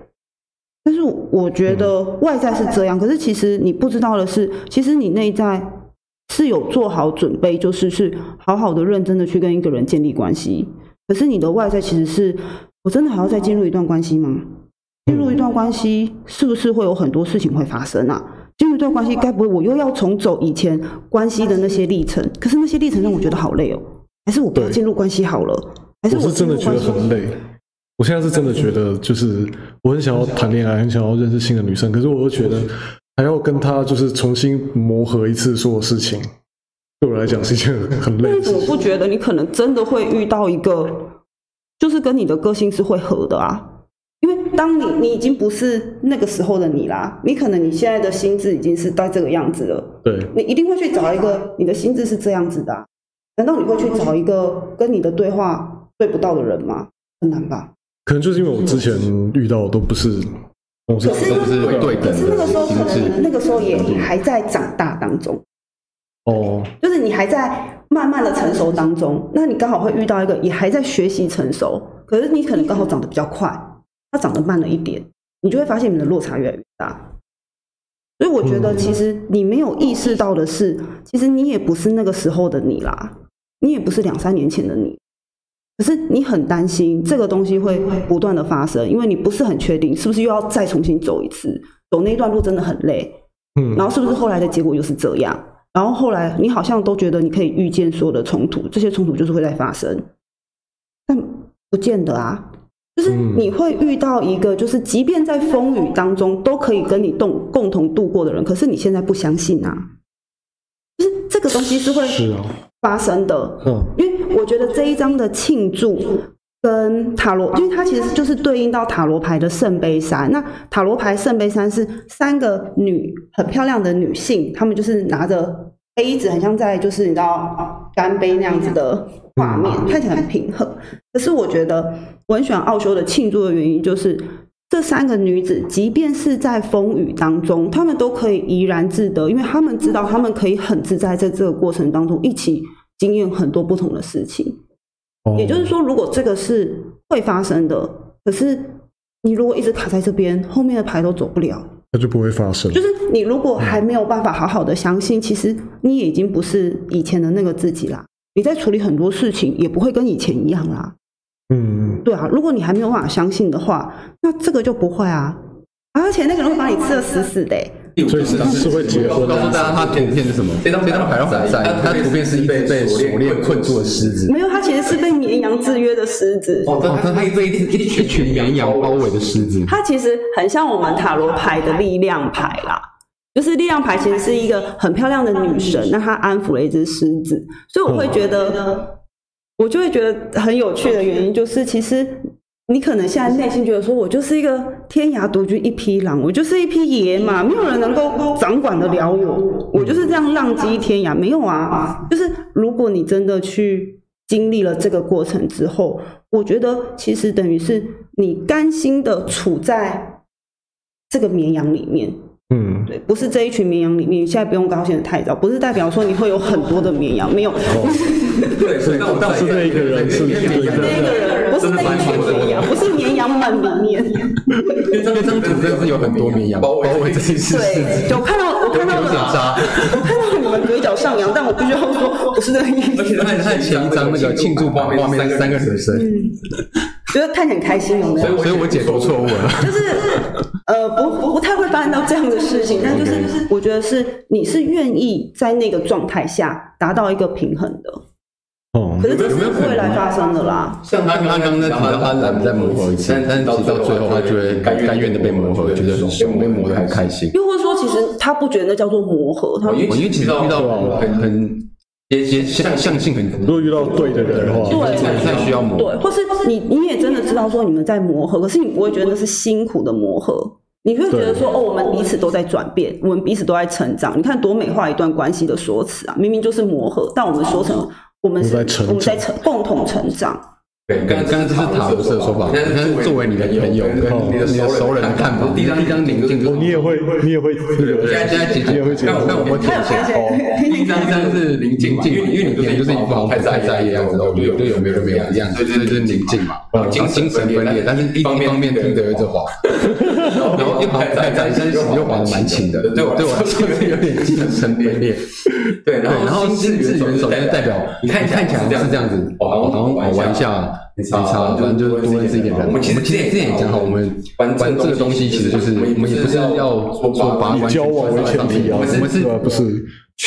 Speaker 2: 但是我觉得外在是这样，可是其实你不知道的是，其实你内在是有做好准备，就是是好好的、认真的去跟一个人建立关系。可是你的外在其实是，我真的还要再进入一段关系吗？进入一段关系是不是会有很多事情会发生啊？进入一段关系，该不会我又要重走以前关系的那些历程？可是那些历程让我觉得好累哦，还是我不要
Speaker 3: 对
Speaker 2: 进入关系好了？还是
Speaker 3: 我
Speaker 2: 我
Speaker 3: 是真的觉得
Speaker 2: 进入关系
Speaker 3: 很累。我现在是真的觉得，就是我很想要谈恋爱，很想要认识新的女生，可是我又觉得还要跟她就是重新磨合一次所有事情，对我来讲是一件很累
Speaker 2: 但
Speaker 3: 的
Speaker 2: 是
Speaker 3: 事
Speaker 2: 我
Speaker 3: 情。
Speaker 2: 不觉得你可能真的会遇到一个，就是跟你的个性是会合的啊。因为当你你已经不是那个时候的你啦，你可能你现在的心智已经是到这个样子了，
Speaker 3: 对，
Speaker 2: 你一定会去找一个你的心智是这样子的啊、难道你会去找一个跟你的对话对不到的人吗？很难吧。
Speaker 3: 可能就是因为我之前遇到的都不是，我是
Speaker 2: 可是
Speaker 1: 都不是对等
Speaker 2: 可是那个时
Speaker 1: 的
Speaker 2: 候可
Speaker 1: 心
Speaker 2: 能
Speaker 1: 智，
Speaker 2: 那个时候也还在长大当中。
Speaker 3: 哦，
Speaker 2: 就是你还在慢慢的成熟当中，那你刚好会遇到一个也还在学习成熟，可是你可能刚好长得比较快，他长得慢了一点，你就会发现你们的落差越来越大。所以我觉得，其实你没有意识到的是，其实你也不是那个时候的你啦，你也不是两三年前的你，可是你很担心这个东西会不断的发生，因为你不是很确定是不是又要再重新走一次，走那一段路真的很累。
Speaker 3: 嗯
Speaker 2: 然后是不是后来的结果又是这样？然后后来你好像都觉得你可以预见所有的冲突，这些冲突就是会在发生，但不见得啊。就是
Speaker 3: 嗯
Speaker 2: 你会遇到一个，就是即便在风雨当中都可以跟你共共同度过的人，可是你现在不相信啊，就是这个东西是会
Speaker 3: 是啊，
Speaker 2: 发生的。
Speaker 3: 嗯，
Speaker 2: 因为我觉得这一张的庆祝跟塔罗，因为它其实就是对应到塔罗牌的圣杯三。那塔罗牌圣杯三是三个女很漂亮的女性，她们就是拿着杯子，很像在就是你知道干杯那样子的画面，看起来很平衡。可是我觉得我很喜欢奥修的庆祝的原因就是。这三个女子，即便是在风雨当中，她们都可以怡然自得，因为她们知道她们可以很自在，在这个过程当中一起经验很多不同的事情。
Speaker 3: 哦
Speaker 2: 也就是说，如果这个是会发生的，可是你如果一直卡在这边，后面的牌都走不了。
Speaker 3: 那就不会发生
Speaker 2: 就。是你如果还没有办法好好的相信，其实你也已经不是以前的那个自己啦。你在处理很多事情也不会跟以前一样啦。
Speaker 3: 嗯，
Speaker 2: 对啊，如果你还没有办法相信的话，那这个就不会啊。而且那个人会把你吃的死死的欸、
Speaker 1: 第五
Speaker 3: 所以
Speaker 1: 就是
Speaker 3: 是会结
Speaker 4: 告诉
Speaker 3: 婚
Speaker 4: 大
Speaker 3: 的。
Speaker 4: 家他图片是什么？
Speaker 1: 这张
Speaker 4: 啊这张牌很窄，它图片是一只被锁链困住的狮子。
Speaker 2: 没有，它其实是被绵羊制约的狮子，
Speaker 1: 哦，
Speaker 4: 哦，它
Speaker 1: 它
Speaker 4: 它
Speaker 1: 它
Speaker 4: 是被一一一群绵羊包围的狮子。
Speaker 2: 它其实很像我们塔罗牌的力量牌啦。就是力量牌其实是一个很漂亮的女神，那她安抚了一只狮子，所以我会觉得，我就会觉得很有趣的原因就是，其实你可能现在内心觉得说，我就是一个天涯独居一匹狼，我就是一匹野马，没有人能够掌管得了我，我就是这样浪迹天涯。没有啊，就是如果你真的去经历了这个过程之后，我觉得其实等于是你甘心的处在这个绵羊里面，
Speaker 3: 嗯，
Speaker 2: 对，不是这一群绵羊里面。你现在不用高兴的太早，不是代表说你会有很多的绵羊，没有，
Speaker 3: 哦
Speaker 1: 对，所以那我
Speaker 3: 但是那一个人是
Speaker 1: 对
Speaker 3: 对
Speaker 2: 那
Speaker 3: 的，
Speaker 2: 个人不是那一群绵羊，不是绵羊们里面。
Speaker 4: 这张这张图真的是有很多绵羊 [LAUGHS] 包围这只狮
Speaker 2: 对，
Speaker 4: 子，
Speaker 2: 就我看到我
Speaker 4: 有
Speaker 2: 看到
Speaker 4: 有点
Speaker 2: 了，
Speaker 4: 渣。 [LAUGHS]
Speaker 2: 我看到你们嘴角上扬，但我必须要说，不是那个意思
Speaker 1: 而。且
Speaker 4: 他
Speaker 1: 它
Speaker 4: 看
Speaker 1: 它
Speaker 4: 前一张那个庆祝画面，画面是三个女生，嗯
Speaker 2: 觉得看起来很开心，有没有？
Speaker 4: 所以我解读错误了。
Speaker 2: 就是呃，不不不太会发生到这样的事情，但就是
Speaker 4: OK
Speaker 2: 就是，我觉得是你是愿意在那个状态下达到一个平衡的，
Speaker 3: 哦
Speaker 2: 可，是这
Speaker 4: 有
Speaker 2: 是
Speaker 4: 没有可能
Speaker 2: 未来发生的啦。
Speaker 4: 像他刚刚在提到他懒得再磨合一次，但但是到最后他就会甘愿的被磨合，觉得很爽，被磨得很开心。
Speaker 2: 又或者说，其实他不觉得那叫做磨合，他
Speaker 1: 我
Speaker 4: 我因为其实遇到很很也也像像性很
Speaker 3: 如果遇到对的人的
Speaker 4: 哦
Speaker 3: 话，
Speaker 2: 对
Speaker 4: 才才需要磨。
Speaker 2: 对，或是你你也真的知道说你们在磨合，可是你不会觉得那是辛苦的磨合，你会觉得说哦，我们彼此都在转变，我们彼此都在成长。你看多美化一段关系的说辞啊，明明就是磨合，但我们说
Speaker 4: 哦
Speaker 2: 成我们是
Speaker 3: 我们在成长
Speaker 2: 我们在成共同成长。
Speaker 1: 对，
Speaker 4: 刚刚刚这是塔罗斯的说法，但是作为你的朋友、哦你的熟人的看哦法，第一张第一张宁静就是
Speaker 3: 你也会你也会那个
Speaker 4: 现在现在解
Speaker 3: 你也会
Speaker 4: 决
Speaker 3: 解，
Speaker 4: 但我但我
Speaker 3: 决
Speaker 4: 会。填写。哦
Speaker 1: 第一张
Speaker 4: 但是宁静嘛，因为因为你填就是你不好太在意的样子，我就有就有没有就没有这样子，所以就是宁静嘛，然后精精神分裂，但是一方面听得有一直滑，然后一滑太在意，但是又滑的蛮勤的，对我对我来说是有点精神分裂。
Speaker 1: 对，
Speaker 4: 对，然
Speaker 1: 然
Speaker 4: 后
Speaker 1: 后
Speaker 4: 心智元首就是代表你看看起来是这样子，哦，然后我玩一下，没差，反正就是多认识一点人。其实之前也讲好，我们玩玩这个东西其实就是我们也不是要说把它完
Speaker 3: 以交往为前提啊，
Speaker 4: 我们是
Speaker 3: 对啊不是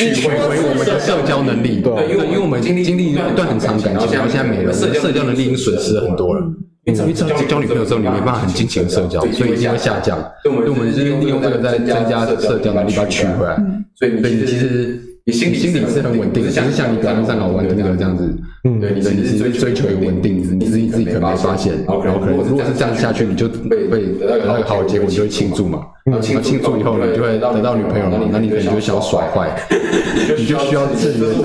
Speaker 3: 哎
Speaker 4: 取回回我们的社交能力，
Speaker 3: 对啊
Speaker 4: 对，因为我们经历经历一段很长感情，然后现在没了，社社交能力已经损失很多了。因为只要交女朋友之后，你没办法很尽情的社交，所以一定会下降。
Speaker 1: 对
Speaker 4: 所以
Speaker 1: 我
Speaker 4: 我
Speaker 1: 们
Speaker 4: 们
Speaker 1: 是
Speaker 4: 是
Speaker 1: 利
Speaker 4: 利
Speaker 1: 用
Speaker 4: 用
Speaker 1: 这
Speaker 4: 这
Speaker 1: 个
Speaker 4: 个
Speaker 1: 在
Speaker 4: 在
Speaker 1: 增
Speaker 4: 增
Speaker 1: 加
Speaker 4: 加
Speaker 1: 社
Speaker 4: 社
Speaker 1: 交
Speaker 4: 交
Speaker 1: 能
Speaker 4: 能
Speaker 1: 力，
Speaker 4: 力，
Speaker 1: 把它
Speaker 4: 把它
Speaker 1: 取
Speaker 4: 取
Speaker 1: 回
Speaker 4: 回
Speaker 1: 来
Speaker 4: 来。。
Speaker 1: 所以
Speaker 4: 所以
Speaker 1: 你其
Speaker 4: 你其
Speaker 1: 实
Speaker 4: 实
Speaker 1: 你心
Speaker 4: 心里是很稳定，的，只是像你刚刚上好玩的那个这样子，
Speaker 3: 嗯
Speaker 4: 对，你只是追追求稳定，你自己自己可能没发现，然后可能如果是这样下去，你就被被得到一个好的结果，你就会庆祝嘛，然后庆祝以后，你就会得到女朋友嘛，那你可能就会想要甩坏，你就需要自己的路。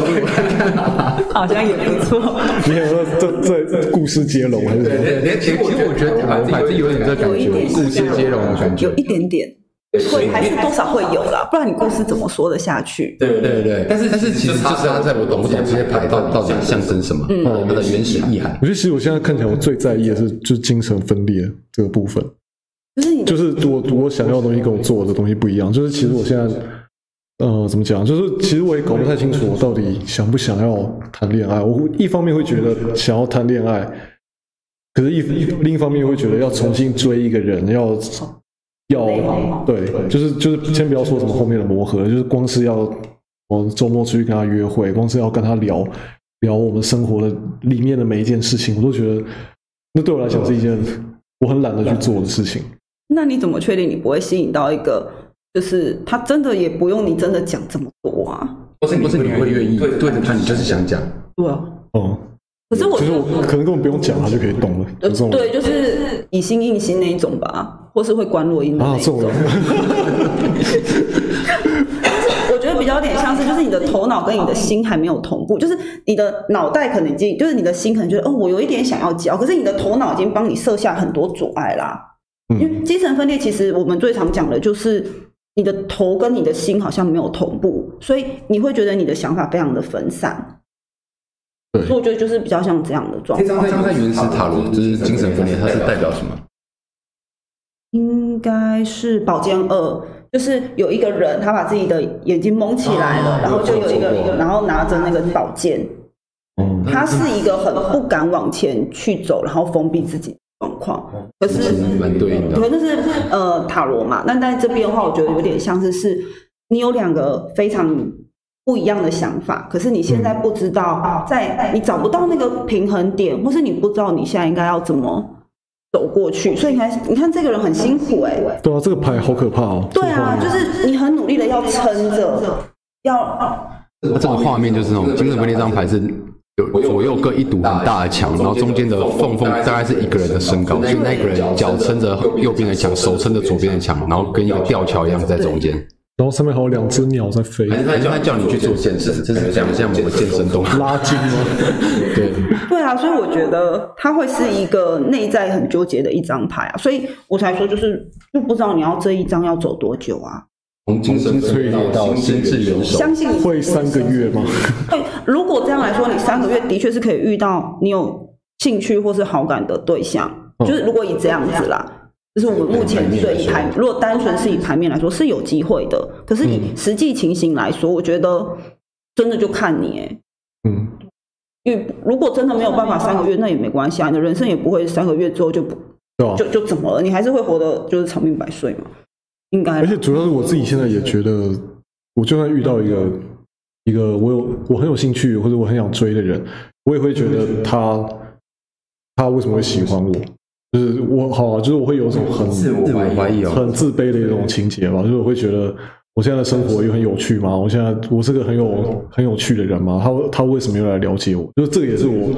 Speaker 2: [LAUGHS] 好像也不错。
Speaker 3: 你想说这这故事接龙还是什么？
Speaker 4: 其实我觉得塔罗牌自己有点这感觉，故事接龙的感觉
Speaker 2: 有。一点点，会还是多少会有啦，不然你故事怎么说得下去？
Speaker 1: 对
Speaker 4: 对对对，但是但是其实就是它在我懂不懂这些牌到到底象征什么，
Speaker 1: 嗯
Speaker 4: 它的原始意涵。
Speaker 3: 我觉得其实我现在看起来，我最在意的是就是精神分裂这个部分，
Speaker 2: 就是你
Speaker 3: 就是我我想要的东西跟我做的东西不一样。就是其实我现在，呃，怎么讲？就是其实我也搞不太清楚我到底想不想要谈恋爱。我一方面会觉得想要谈恋爱，可是一另一方面会觉得要重新追一个人，要要对，就是就是先不要说什么后面的磨合，就是光是要我周末出去跟他约会，光是要跟他聊聊我们生活的里面的每一件事情，我都觉得那对我来讲是一件我很懒得去做的事情。
Speaker 2: 那你怎么确定你不会吸引到一个，就是他真的也不用你真的讲这么多啊？
Speaker 4: 或是或是你会愿意对着他，你就是想讲。
Speaker 2: 对啊，
Speaker 3: 哦、
Speaker 2: 可是我
Speaker 3: 就是我可能根本不用讲，他就可以懂了。有
Speaker 2: 呃
Speaker 3: 这种
Speaker 2: 对，就是以心应心那一种吧，或是会关落音的
Speaker 3: 啊，
Speaker 2: 那一
Speaker 3: 这种
Speaker 2: 种。我觉得比较有点像 [LAUGHS] 是，就是你的头脑跟你的心还没有同步，就是你的脑袋可能已经，就是你的心可能觉得，哦，我有一点想要交，可是你的头脑已经帮你设下很多阻碍啦。
Speaker 3: 嗯
Speaker 2: 因为精神分裂，其实我们最常讲的就是你的头跟你的心好像没有同步，所以你会觉得你的想法非常的分散。
Speaker 3: 对
Speaker 2: 所以我觉得就是比较像这样的状
Speaker 4: 这
Speaker 2: 况，
Speaker 4: 张在原始塔罗就是精神分裂，它是代表什么？
Speaker 2: 应该是宝剑二，就是有一个人他把自己的眼睛蒙起来了，
Speaker 4: 哦
Speaker 2: 然后就有一
Speaker 4: 我
Speaker 2: 个
Speaker 4: 有做过
Speaker 2: 然后拿着那个宝剑，
Speaker 3: 嗯
Speaker 2: 他是一个很不敢往前去走，然后封闭自己的状状况。
Speaker 4: 嗯
Speaker 2: 可是
Speaker 1: 是蛮对应
Speaker 2: 可
Speaker 1: 的。
Speaker 2: 是这是呃塔罗嘛，那在这边的话，我觉得有点像是是你有两个非常不一样的想法，可是你现在不知
Speaker 4: 嗯
Speaker 2: 道，在你找不到那个平衡点，或是你不知道你现在应该要怎么走过去，所以你看，你看这个人很辛苦哎、
Speaker 3: 对啊，这个牌好可怕哦。
Speaker 2: 对啊，
Speaker 3: 这
Speaker 2: 就
Speaker 3: 个牌
Speaker 2: 是你很努力的要撑着，要
Speaker 1: 这个画面就是那种精神分裂张牌是有左右各一堵很大的墙，然后中间的缝缝大概是一个人的身高，所以那个人脚撑着右边的墙，手撑着左边的墙，然后跟一个吊桥一样在中间。
Speaker 3: 然后上面还有两只鸟在飞，
Speaker 1: 还是他还是他叫你去做健身，这是讲像某个健身动作。
Speaker 3: 拉筋吗？
Speaker 1: 对，
Speaker 2: 对啊，所以我觉得它会是一个内在很纠结的一张牌啊，所以我才说就是就不知道你要这一张要走多久啊。
Speaker 1: 从精神分裂到心智元首，
Speaker 2: 相信你
Speaker 3: 会三个月吗？
Speaker 2: 对，如果这样来说，你三个月的确是可以遇到你有兴趣或是好感的对象，
Speaker 3: 嗯
Speaker 2: 就是如果以这样子啦，就是我们目前对以
Speaker 3: 嗯
Speaker 2: 牌，如果单纯是以牌面来说是有机会的，可是
Speaker 3: 嗯
Speaker 2: 你实际情形来说，我觉得真的就看你哎、
Speaker 3: 嗯，
Speaker 2: 遇如果真的没有办法三个月，那也没关系啊，你的人生也不会三个月之后就不
Speaker 3: 对吧
Speaker 2: 就？就怎么了？你还是会活得就是长命百岁嘛，应该
Speaker 3: 而
Speaker 2: 啦。
Speaker 3: 且主要是我自己现在也觉得，我就算遇到一个一个我有我很有兴趣或者我很想追的人，我也会觉得他他为什么会喜欢我？就是我好、啊，就是我会有一种很
Speaker 1: 自我怀疑哦，
Speaker 3: 很自卑的一种情节吧，就是我会觉得我现在的生活也很有趣吗？我现在我是个很有很有趣的人吗？他他为什么要来了解我？就是这个也是我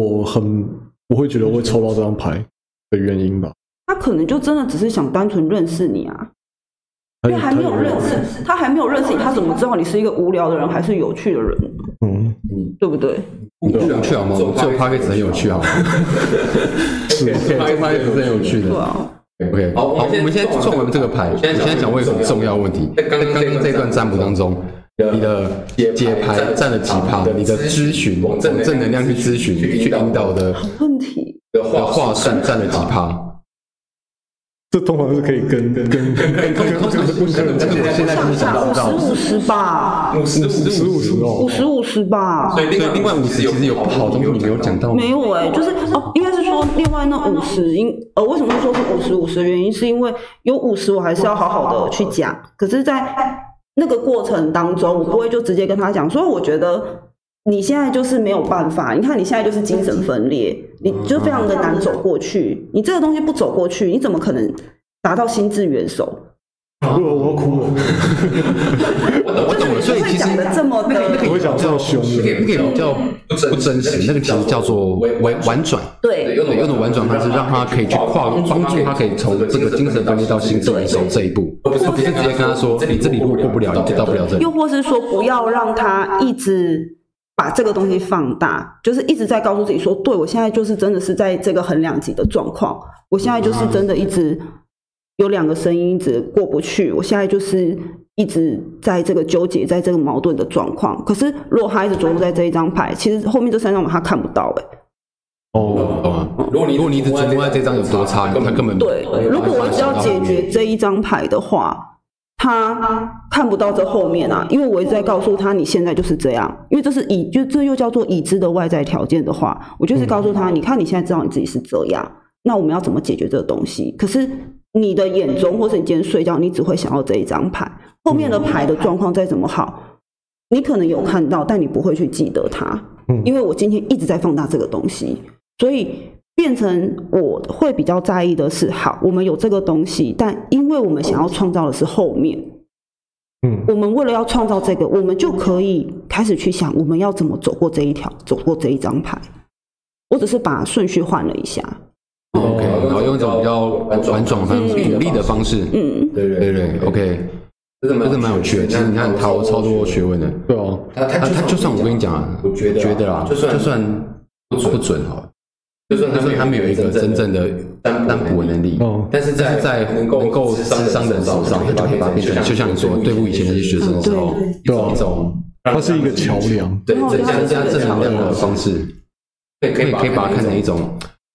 Speaker 3: 我很我会觉得我会抽到这张牌的原因吧。
Speaker 2: 他可能就真的只是想单纯认识你啊，因为还没有认识，他还没有认识你，他怎么知道你是一个无聊的人还是有趣的人，
Speaker 3: 嗯，
Speaker 2: 对不对？
Speaker 1: 你不有趣好吗？我们做 p o d c a s 很有趣好吗？
Speaker 3: 是
Speaker 1: p o d c a s 很有趣的
Speaker 2: 对。啊，
Speaker 1: OK，好，我们现在撞完这个牌，我现在讲过一个很重要的问题，在刚刚这段占卜当中，你的解牌占了几趴？你的咨询往正能量去咨询、去引导的
Speaker 2: 问题
Speaker 1: 的话术占了几趴？
Speaker 3: 这通常是可以跟跟跟跟
Speaker 1: 通常是现在
Speaker 2: 上
Speaker 1: 是想
Speaker 2: 下
Speaker 1: 知道
Speaker 2: 五十五十吧，
Speaker 1: 十啊五
Speaker 3: 十五十
Speaker 2: 五
Speaker 3: 哦，
Speaker 2: 十五十吧。
Speaker 4: 所以
Speaker 1: 所以另外五十其实有好东西你没有讲到，
Speaker 2: 没有哎、就是哦，应该是说另外那五十，因呃，为什么会说是五十五十？原因是因为有五十，我还是要好好的去讲。可是，在那个过程当中，我不会就直接跟他讲，所以我觉得你现在就是没有办法。你看你现在就是精神分裂，你就非常的难走过去。你这个东西不走过去，你怎么可能达到心智元首？
Speaker 3: 我我要哭了，
Speaker 1: 我懂了，所以
Speaker 2: 会
Speaker 1: 其实
Speaker 2: 讲的这么的
Speaker 3: 我会讲这么凶
Speaker 1: 那
Speaker 3: 的，
Speaker 1: 个那个叫不真实，那个其实叫做婉婉转。
Speaker 2: 对
Speaker 1: 有种有种婉转方式，让他可以去跨，帮助他可以从这个精神分裂到心智成熟这一步，而不是直接跟他说，你这里路过不了，你就到不了这里
Speaker 2: 又。或是说不要让他一直把这个东西放大，就是一直在告诉自己说，对我现在就是真的是在这个很两极的状况，我现在就是真的一直有两个声音一直过不去，我现在就是一直在这个纠结，在这个矛盾的状况。可是如果他一直着重在这一张牌，其实后面这三张牌他看不到哎、
Speaker 3: 哦，
Speaker 1: 懂吗？如嗯果你如果你一直琢磨在这张有多差，他根本
Speaker 2: 对，如果我只要解决这一张牌的话，他看不到这后面啊，因为我一直在告诉他你现在就是这样，因为这是已就这又叫做已知的外在条件的话，我就是告诉他，你看你现在知道你自己是这样，那我们要怎么解决这个东西？可是你的眼中，或是你今天睡觉，你只会想要这一张牌，后面的牌的状况再怎么好，你可能有看到，但你不会去记得它，
Speaker 3: 嗯
Speaker 2: 因为我今天一直在放大这个东西，所以变成我会比较在意的是，好，我们有这个东西，但因为我们想要创造的是后面，
Speaker 3: 嗯，
Speaker 2: 我们为了要创造这个，我们就可以开始去想我们要怎么走过这一条，走过这一张牌。我只是把顺序换了一下，
Speaker 1: OK，然嗯后用一种比较婉转的方式、鼓励的方式，
Speaker 2: 嗯，
Speaker 1: 对对对，OK，
Speaker 4: 这
Speaker 1: 嗯这是蛮有趣的。其实你看塔罗超多学问的，
Speaker 3: 对啊，
Speaker 1: 他他他就算我跟你讲啊，
Speaker 4: 我觉得啊
Speaker 1: 觉得啊，
Speaker 4: 就算
Speaker 1: 就算不准不准好了，
Speaker 4: 就算
Speaker 1: 就算他们有一个真正的
Speaker 4: 单
Speaker 1: 单补的能力，
Speaker 3: 哦，
Speaker 4: 但是
Speaker 1: 但
Speaker 4: 在
Speaker 1: 是在能
Speaker 4: 能
Speaker 1: 够
Speaker 4: 够
Speaker 1: 能够智
Speaker 4: 智
Speaker 1: 商
Speaker 4: 商
Speaker 1: 的人手上，他就可以把它变成，就像你说，对付以前那些学生之后，一
Speaker 3: 对啊
Speaker 1: 种一种
Speaker 3: 它是一个桥梁，
Speaker 1: 对啊
Speaker 2: 然后
Speaker 1: 增加
Speaker 2: 它
Speaker 1: 增加
Speaker 2: 是一个
Speaker 1: 正能量的方式，
Speaker 4: 对
Speaker 1: 可以可以把它看成一种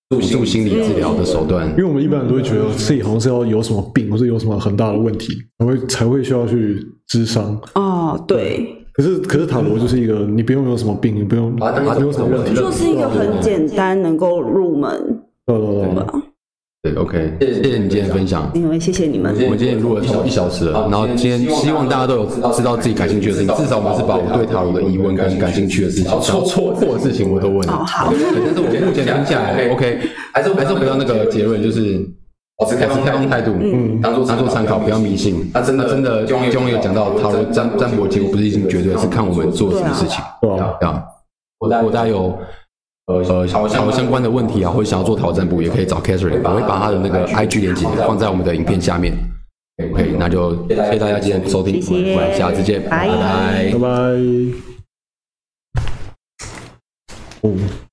Speaker 1: 辅助心理治疗的手段。
Speaker 3: 因为我们一般人都会觉得自己好像是要有什么病，或者有什么很大的问题，才会才会需要去治伤。
Speaker 2: 哦，对，
Speaker 3: 可是可是塔罗就是一个，你不用有什么病，你不用
Speaker 1: 把它当一种
Speaker 3: 没有什么问题，
Speaker 1: 对
Speaker 2: 就是一个很简单能够入门，
Speaker 3: 对对对对，
Speaker 1: 对，OK，谢
Speaker 4: 谢谢
Speaker 1: 谢你今天的分享。
Speaker 5: 因为谢谢你们。
Speaker 1: 我们今天也录了超过一小时了，然后今天希望大家都有知道自己感兴趣的事情，至少我们是把我对塔罗的疑问跟感兴趣的事情，然后错过的事情我都问
Speaker 2: 哦
Speaker 1: 了。
Speaker 5: 好，
Speaker 1: 对但是我目前听下 [LAUGHS] 来，OK，
Speaker 4: 还是
Speaker 1: 还
Speaker 4: 还
Speaker 1: 是
Speaker 4: 是
Speaker 1: 回
Speaker 4: 回
Speaker 1: 到
Speaker 4: 到
Speaker 1: 那
Speaker 4: 那
Speaker 1: 个
Speaker 4: 个
Speaker 1: 结
Speaker 4: 结
Speaker 1: 论，
Speaker 4: 论，
Speaker 1: 就
Speaker 4: 就是
Speaker 1: 是
Speaker 4: 保持
Speaker 1: 还
Speaker 4: 开
Speaker 1: 是
Speaker 4: 放
Speaker 1: 开放态
Speaker 4: 态
Speaker 1: 度
Speaker 4: 度，，
Speaker 3: 嗯
Speaker 4: 当做
Speaker 1: 当
Speaker 4: 当
Speaker 1: 做
Speaker 4: 做
Speaker 1: 参
Speaker 4: 参
Speaker 1: 考，
Speaker 4: 考，
Speaker 1: 不
Speaker 4: 不
Speaker 1: 要
Speaker 4: 要
Speaker 1: 迷
Speaker 4: 迷信
Speaker 1: 信。。
Speaker 4: 那真
Speaker 1: 那
Speaker 4: 的
Speaker 1: 真
Speaker 4: 真
Speaker 1: 的
Speaker 4: 的，
Speaker 1: 金
Speaker 4: 金
Speaker 1: 庸
Speaker 4: 庸
Speaker 1: 有
Speaker 4: 有
Speaker 1: 讲
Speaker 4: 讲
Speaker 1: 到
Speaker 4: 到
Speaker 1: 塔
Speaker 4: 塔
Speaker 1: 罗
Speaker 4: 罗
Speaker 1: 占
Speaker 4: 占
Speaker 1: 占
Speaker 4: 占
Speaker 1: 卜
Speaker 4: 卜
Speaker 1: 结果
Speaker 4: 结果
Speaker 1: 不
Speaker 4: 不
Speaker 1: 是一
Speaker 4: 是一
Speaker 1: 定
Speaker 4: 定
Speaker 1: 绝
Speaker 4: 绝
Speaker 1: 对
Speaker 4: 对，
Speaker 1: 是
Speaker 4: 是
Speaker 1: 看
Speaker 4: 看
Speaker 1: 我
Speaker 4: 我
Speaker 1: 们
Speaker 4: 们
Speaker 1: 做
Speaker 4: 做
Speaker 1: 什
Speaker 4: 什
Speaker 1: 么
Speaker 4: 么
Speaker 1: 事
Speaker 4: 事
Speaker 1: 情
Speaker 4: 情。
Speaker 3: 对啊，
Speaker 1: 这样。
Speaker 4: 我大
Speaker 1: 如果
Speaker 4: 我
Speaker 1: 大
Speaker 4: 大
Speaker 1: 家
Speaker 4: 家
Speaker 1: 有
Speaker 4: 有
Speaker 1: 呃讨相相关的问题啊，或者想要做讨占卜，也可以找 Catherine，我会把她的那个 IG 连接放在我们的影片下面。OK，那就谢谢大家今天的收听，
Speaker 5: 谢谢
Speaker 1: 我们下次见，
Speaker 5: 拜
Speaker 1: 拜拜
Speaker 3: 拜拜。哦。